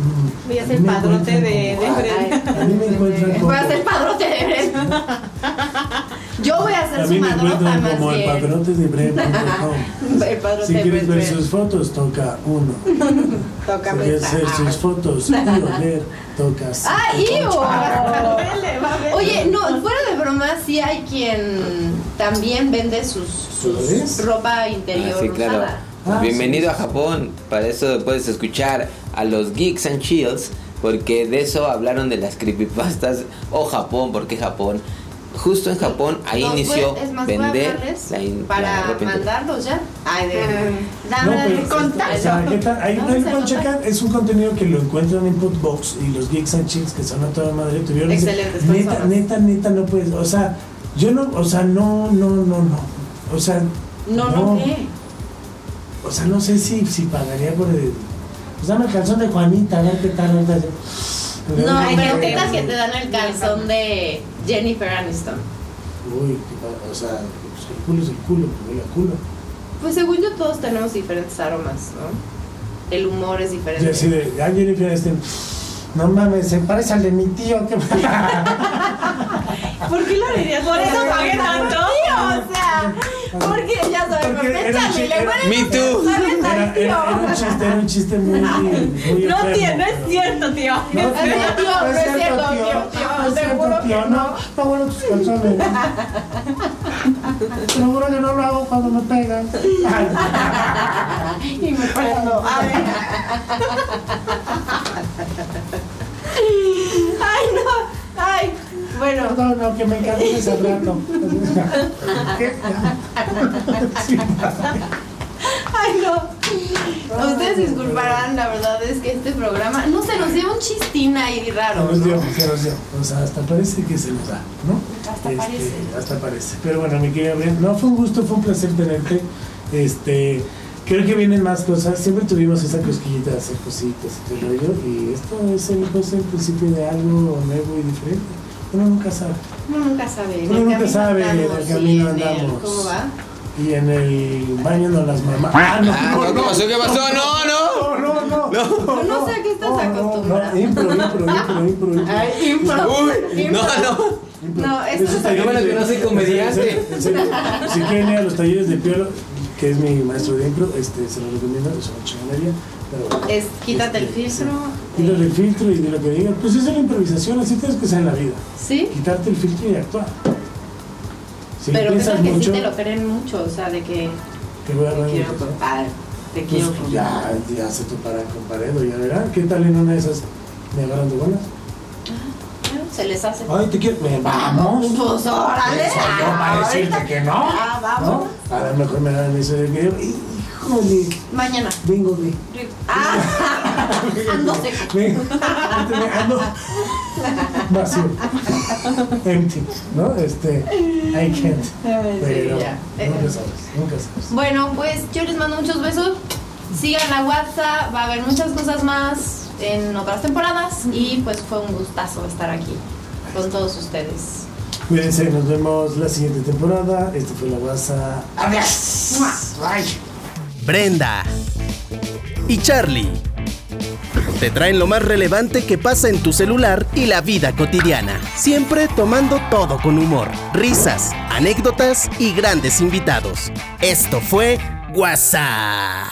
S3: mm,
S9: Voy a
S3: mí
S9: ser
S3: me
S9: padrote
S3: encuentran
S9: de-
S3: como-
S9: de Fred.
S3: Ay, A mí me encuentran como.
S5: Voy a ser padrote *laughs* de Bren. Yo voy a
S3: A
S5: ser
S3: mí me
S5: su madrota
S3: encuentran
S5: más
S3: como el
S5: bien.
S3: padrote de Bremen.com.
S5: *laughs* El padrote
S3: Si
S5: de
S3: quieres ver
S5: Bren.
S3: sus fotos, toca
S5: *laughs*
S3: uno. Si
S8: Toca
S3: quieres
S8: pensar.
S3: ver sus fotos y oler, tocas.
S5: *laughs* ¡Ah,
S9: *laughs*
S5: Ivo!
S9: Vele, va a ver.
S5: Oye, no, fuera de broma, sí hay quien también vende sus, sus
S3: ¿Flores?
S5: ropa
S7: Ah,
S5: interior
S7: sí, claro.
S5: usada.
S3: Ah,
S7: Bienvenido
S3: sí, sí,
S7: a Japón. Para eso puedes escuchar a los Geeks and Chills, porque de eso hablaron de las creepypastas o Japón, porque Japón. Justo en Japón ahí
S5: Nos
S7: inició
S5: puede- es más, voy a
S7: vender
S5: hablarles
S7: la in- la
S5: para
S7: ropa interior.
S5: mandarlos ya. Ay, de
S3: No,
S5: dame
S3: pero-
S5: el
S3: o sea, ¿qué tal? Ahí ahí
S5: No, se
S3: pueden
S5: nota.
S3: checar. Es un contenido que lo encuentran en Podbox y los Geeks and Chicks que son a toda madre tuvieron. ese-
S5: Excelentes
S3: Neta,
S5: personas.
S3: neta, neta, no puedes. O sea, yo no, o sea, no, no, no, no. O sea,
S5: No, no, ¿qué?
S3: O sea, no sé si, si pagaría por el. Pues dame el calzón de Juanita, a ver qué tal. ahorita se-
S5: No,
S3: Ay,
S5: pero ¿qué
S3: no,
S5: tal
S3: no.
S5: que te dan el calzón de Jennifer Aniston?
S3: Uy, qué pa- o sea, pues el culo es el culo, pues huele a culo.
S5: Pues según yo todos tenemos diferentes aromas, ¿no? El humor es
S3: Yo
S5: diferente.
S3: así de, ay, Jennifer Aniston, no mames, se parece al de mi tío. Que...
S5: ¿Por qué lo dirías? Por eso pagué tanto. Tío, o sea, porque ya sabemos,
S3: Porque era un
S5: échale,
S3: chiste,
S5: le
S3: era-
S5: pones
S7: Me too.
S5: calzones
S3: Era,
S5: al
S3: era- era un
S5: tío.
S3: chiste, era un chiste
S5: *laughs*
S3: muy.
S9: No,
S3: muy enfermo,
S9: tío, no es
S3: pero-
S9: cierto, tío.
S3: No,
S5: Es cierto, tío, no es cierto, tío, tío,
S3: Ah, no es
S5: seguro
S3: cierto,
S5: que
S3: tío, no. No bueno tus
S5: *laughs*
S3: calzones. Seguro que no lo hago cuando me pegan. Ay,
S5: *laughs* Y me prendo. Ah, Ay, no. Ay, bueno.
S3: No, no, que me encanta ese rato.
S5: *laughs*
S3: ¿Qué? Sí.
S5: Ay, no. Ustedes disculparán, la verdad es que este programa, no se nos lleva un chistín ahí
S3: Se
S5: raro.
S3: nos dio,
S5: ¿no?
S3: se nos dio. O sea, hasta parece que se nos da, ¿no?
S5: Hasta
S3: Este,
S5: parece.
S3: Hasta parece. Pero bueno, mi querida Bren, no, fue un gusto, fue un placer tenerte. Este, creo que vienen más cosas. Siempre tuvimos esa cosquillita de hacer cositas y todo el rollo. Y esto es el, pues, el principio de algo nuevo y diferente. Uno nunca sabe.
S5: Uno nunca sabe. en
S3: Uno
S5: el
S3: nunca
S5: camino
S3: sabe, en el
S5: andamos, sí,
S3: camino
S5: en el-
S3: andamos.
S5: ¿Cómo va?
S3: Y en el baño nos las mamás. Ah, no,
S7: Ah,
S3: no,
S7: no, ¿qué pasó? ¿Qué pasó?
S5: *laughs*
S7: No,
S3: no,
S7: no.
S3: no, no. No,
S5: No sé a qué estás acostumbrado.
S3: No, impro, impro, impro, impro. impro.
S5: Ay, impro.
S7: Uy, no, no.
S5: No, esto
S3: Esos
S5: es-
S3: talleres
S7: Qué bueno
S3: de-
S7: que no soy
S3: en serio,
S7: comediante.
S3: en serio, en serio. Si quieren ir a los talleres de Piolo, que es mi maestro de impro, este, se los recomiendo, es una chingonería. pero bueno.
S5: Es Eh, quítate el
S3: Este,
S5: filtro.
S3: sí. Quítate el filtro y di lo que digan. Pues es la improvisación, así tienes que ser en la vida.
S5: eh, ¿Sí?
S3: Quitarte el filtro y actuar. Si
S5: Pero qué
S3: piensas
S5: tal que sí
S3: mucho,
S5: te lo creen mucho, o sea, de que
S3: te voy a
S5: te
S3: dar
S5: quiero
S3: una
S5: contar, te
S3: pues,
S5: quiero contar.
S3: ya, ya se toparán con paredo, ya verán. ¿Qué tal en una de esas me agarran de bolas?
S5: Se les hace.
S3: Ay, te quiero. Me vamos.
S5: Pues órale.
S3: Soy yo para
S5: ahorita-
S3: decirte que no.
S5: Ah, vamos.
S3: ¿no? A lo mejor me dan eso de que yo, híjole,
S5: Mañana.
S3: vengo de.
S5: Ah,
S3: *laughs*
S5: *laughs* Ando seco.
S3: Me- me ando vacío. Empty, ¿no? Este, I can't. Pero
S5: ya.
S3: nunca sabes, nunca sabes.
S5: Bueno, pues yo les mando muchos besos. Sigan la WhatsApp, va a haber muchas cosas más en otras temporadas. Y pues fue un gustazo estar aquí con todos ustedes.
S3: Cuídense, nos vemos la siguiente temporada. Esto fue la WhatsApp.
S2: Brenda y Charlie. Te traen lo más relevante que pasa en tu celular y la vida cotidiana, siempre tomando todo con humor, risas, anécdotas y grandes invitados. Esto fue WhatsApp.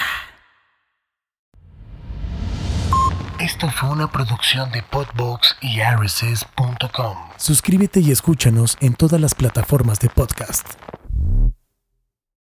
S4: Esto fue una producción de Podbox y RSS.com.
S3: Suscríbete y escúchanos en todas las plataformas de podcast.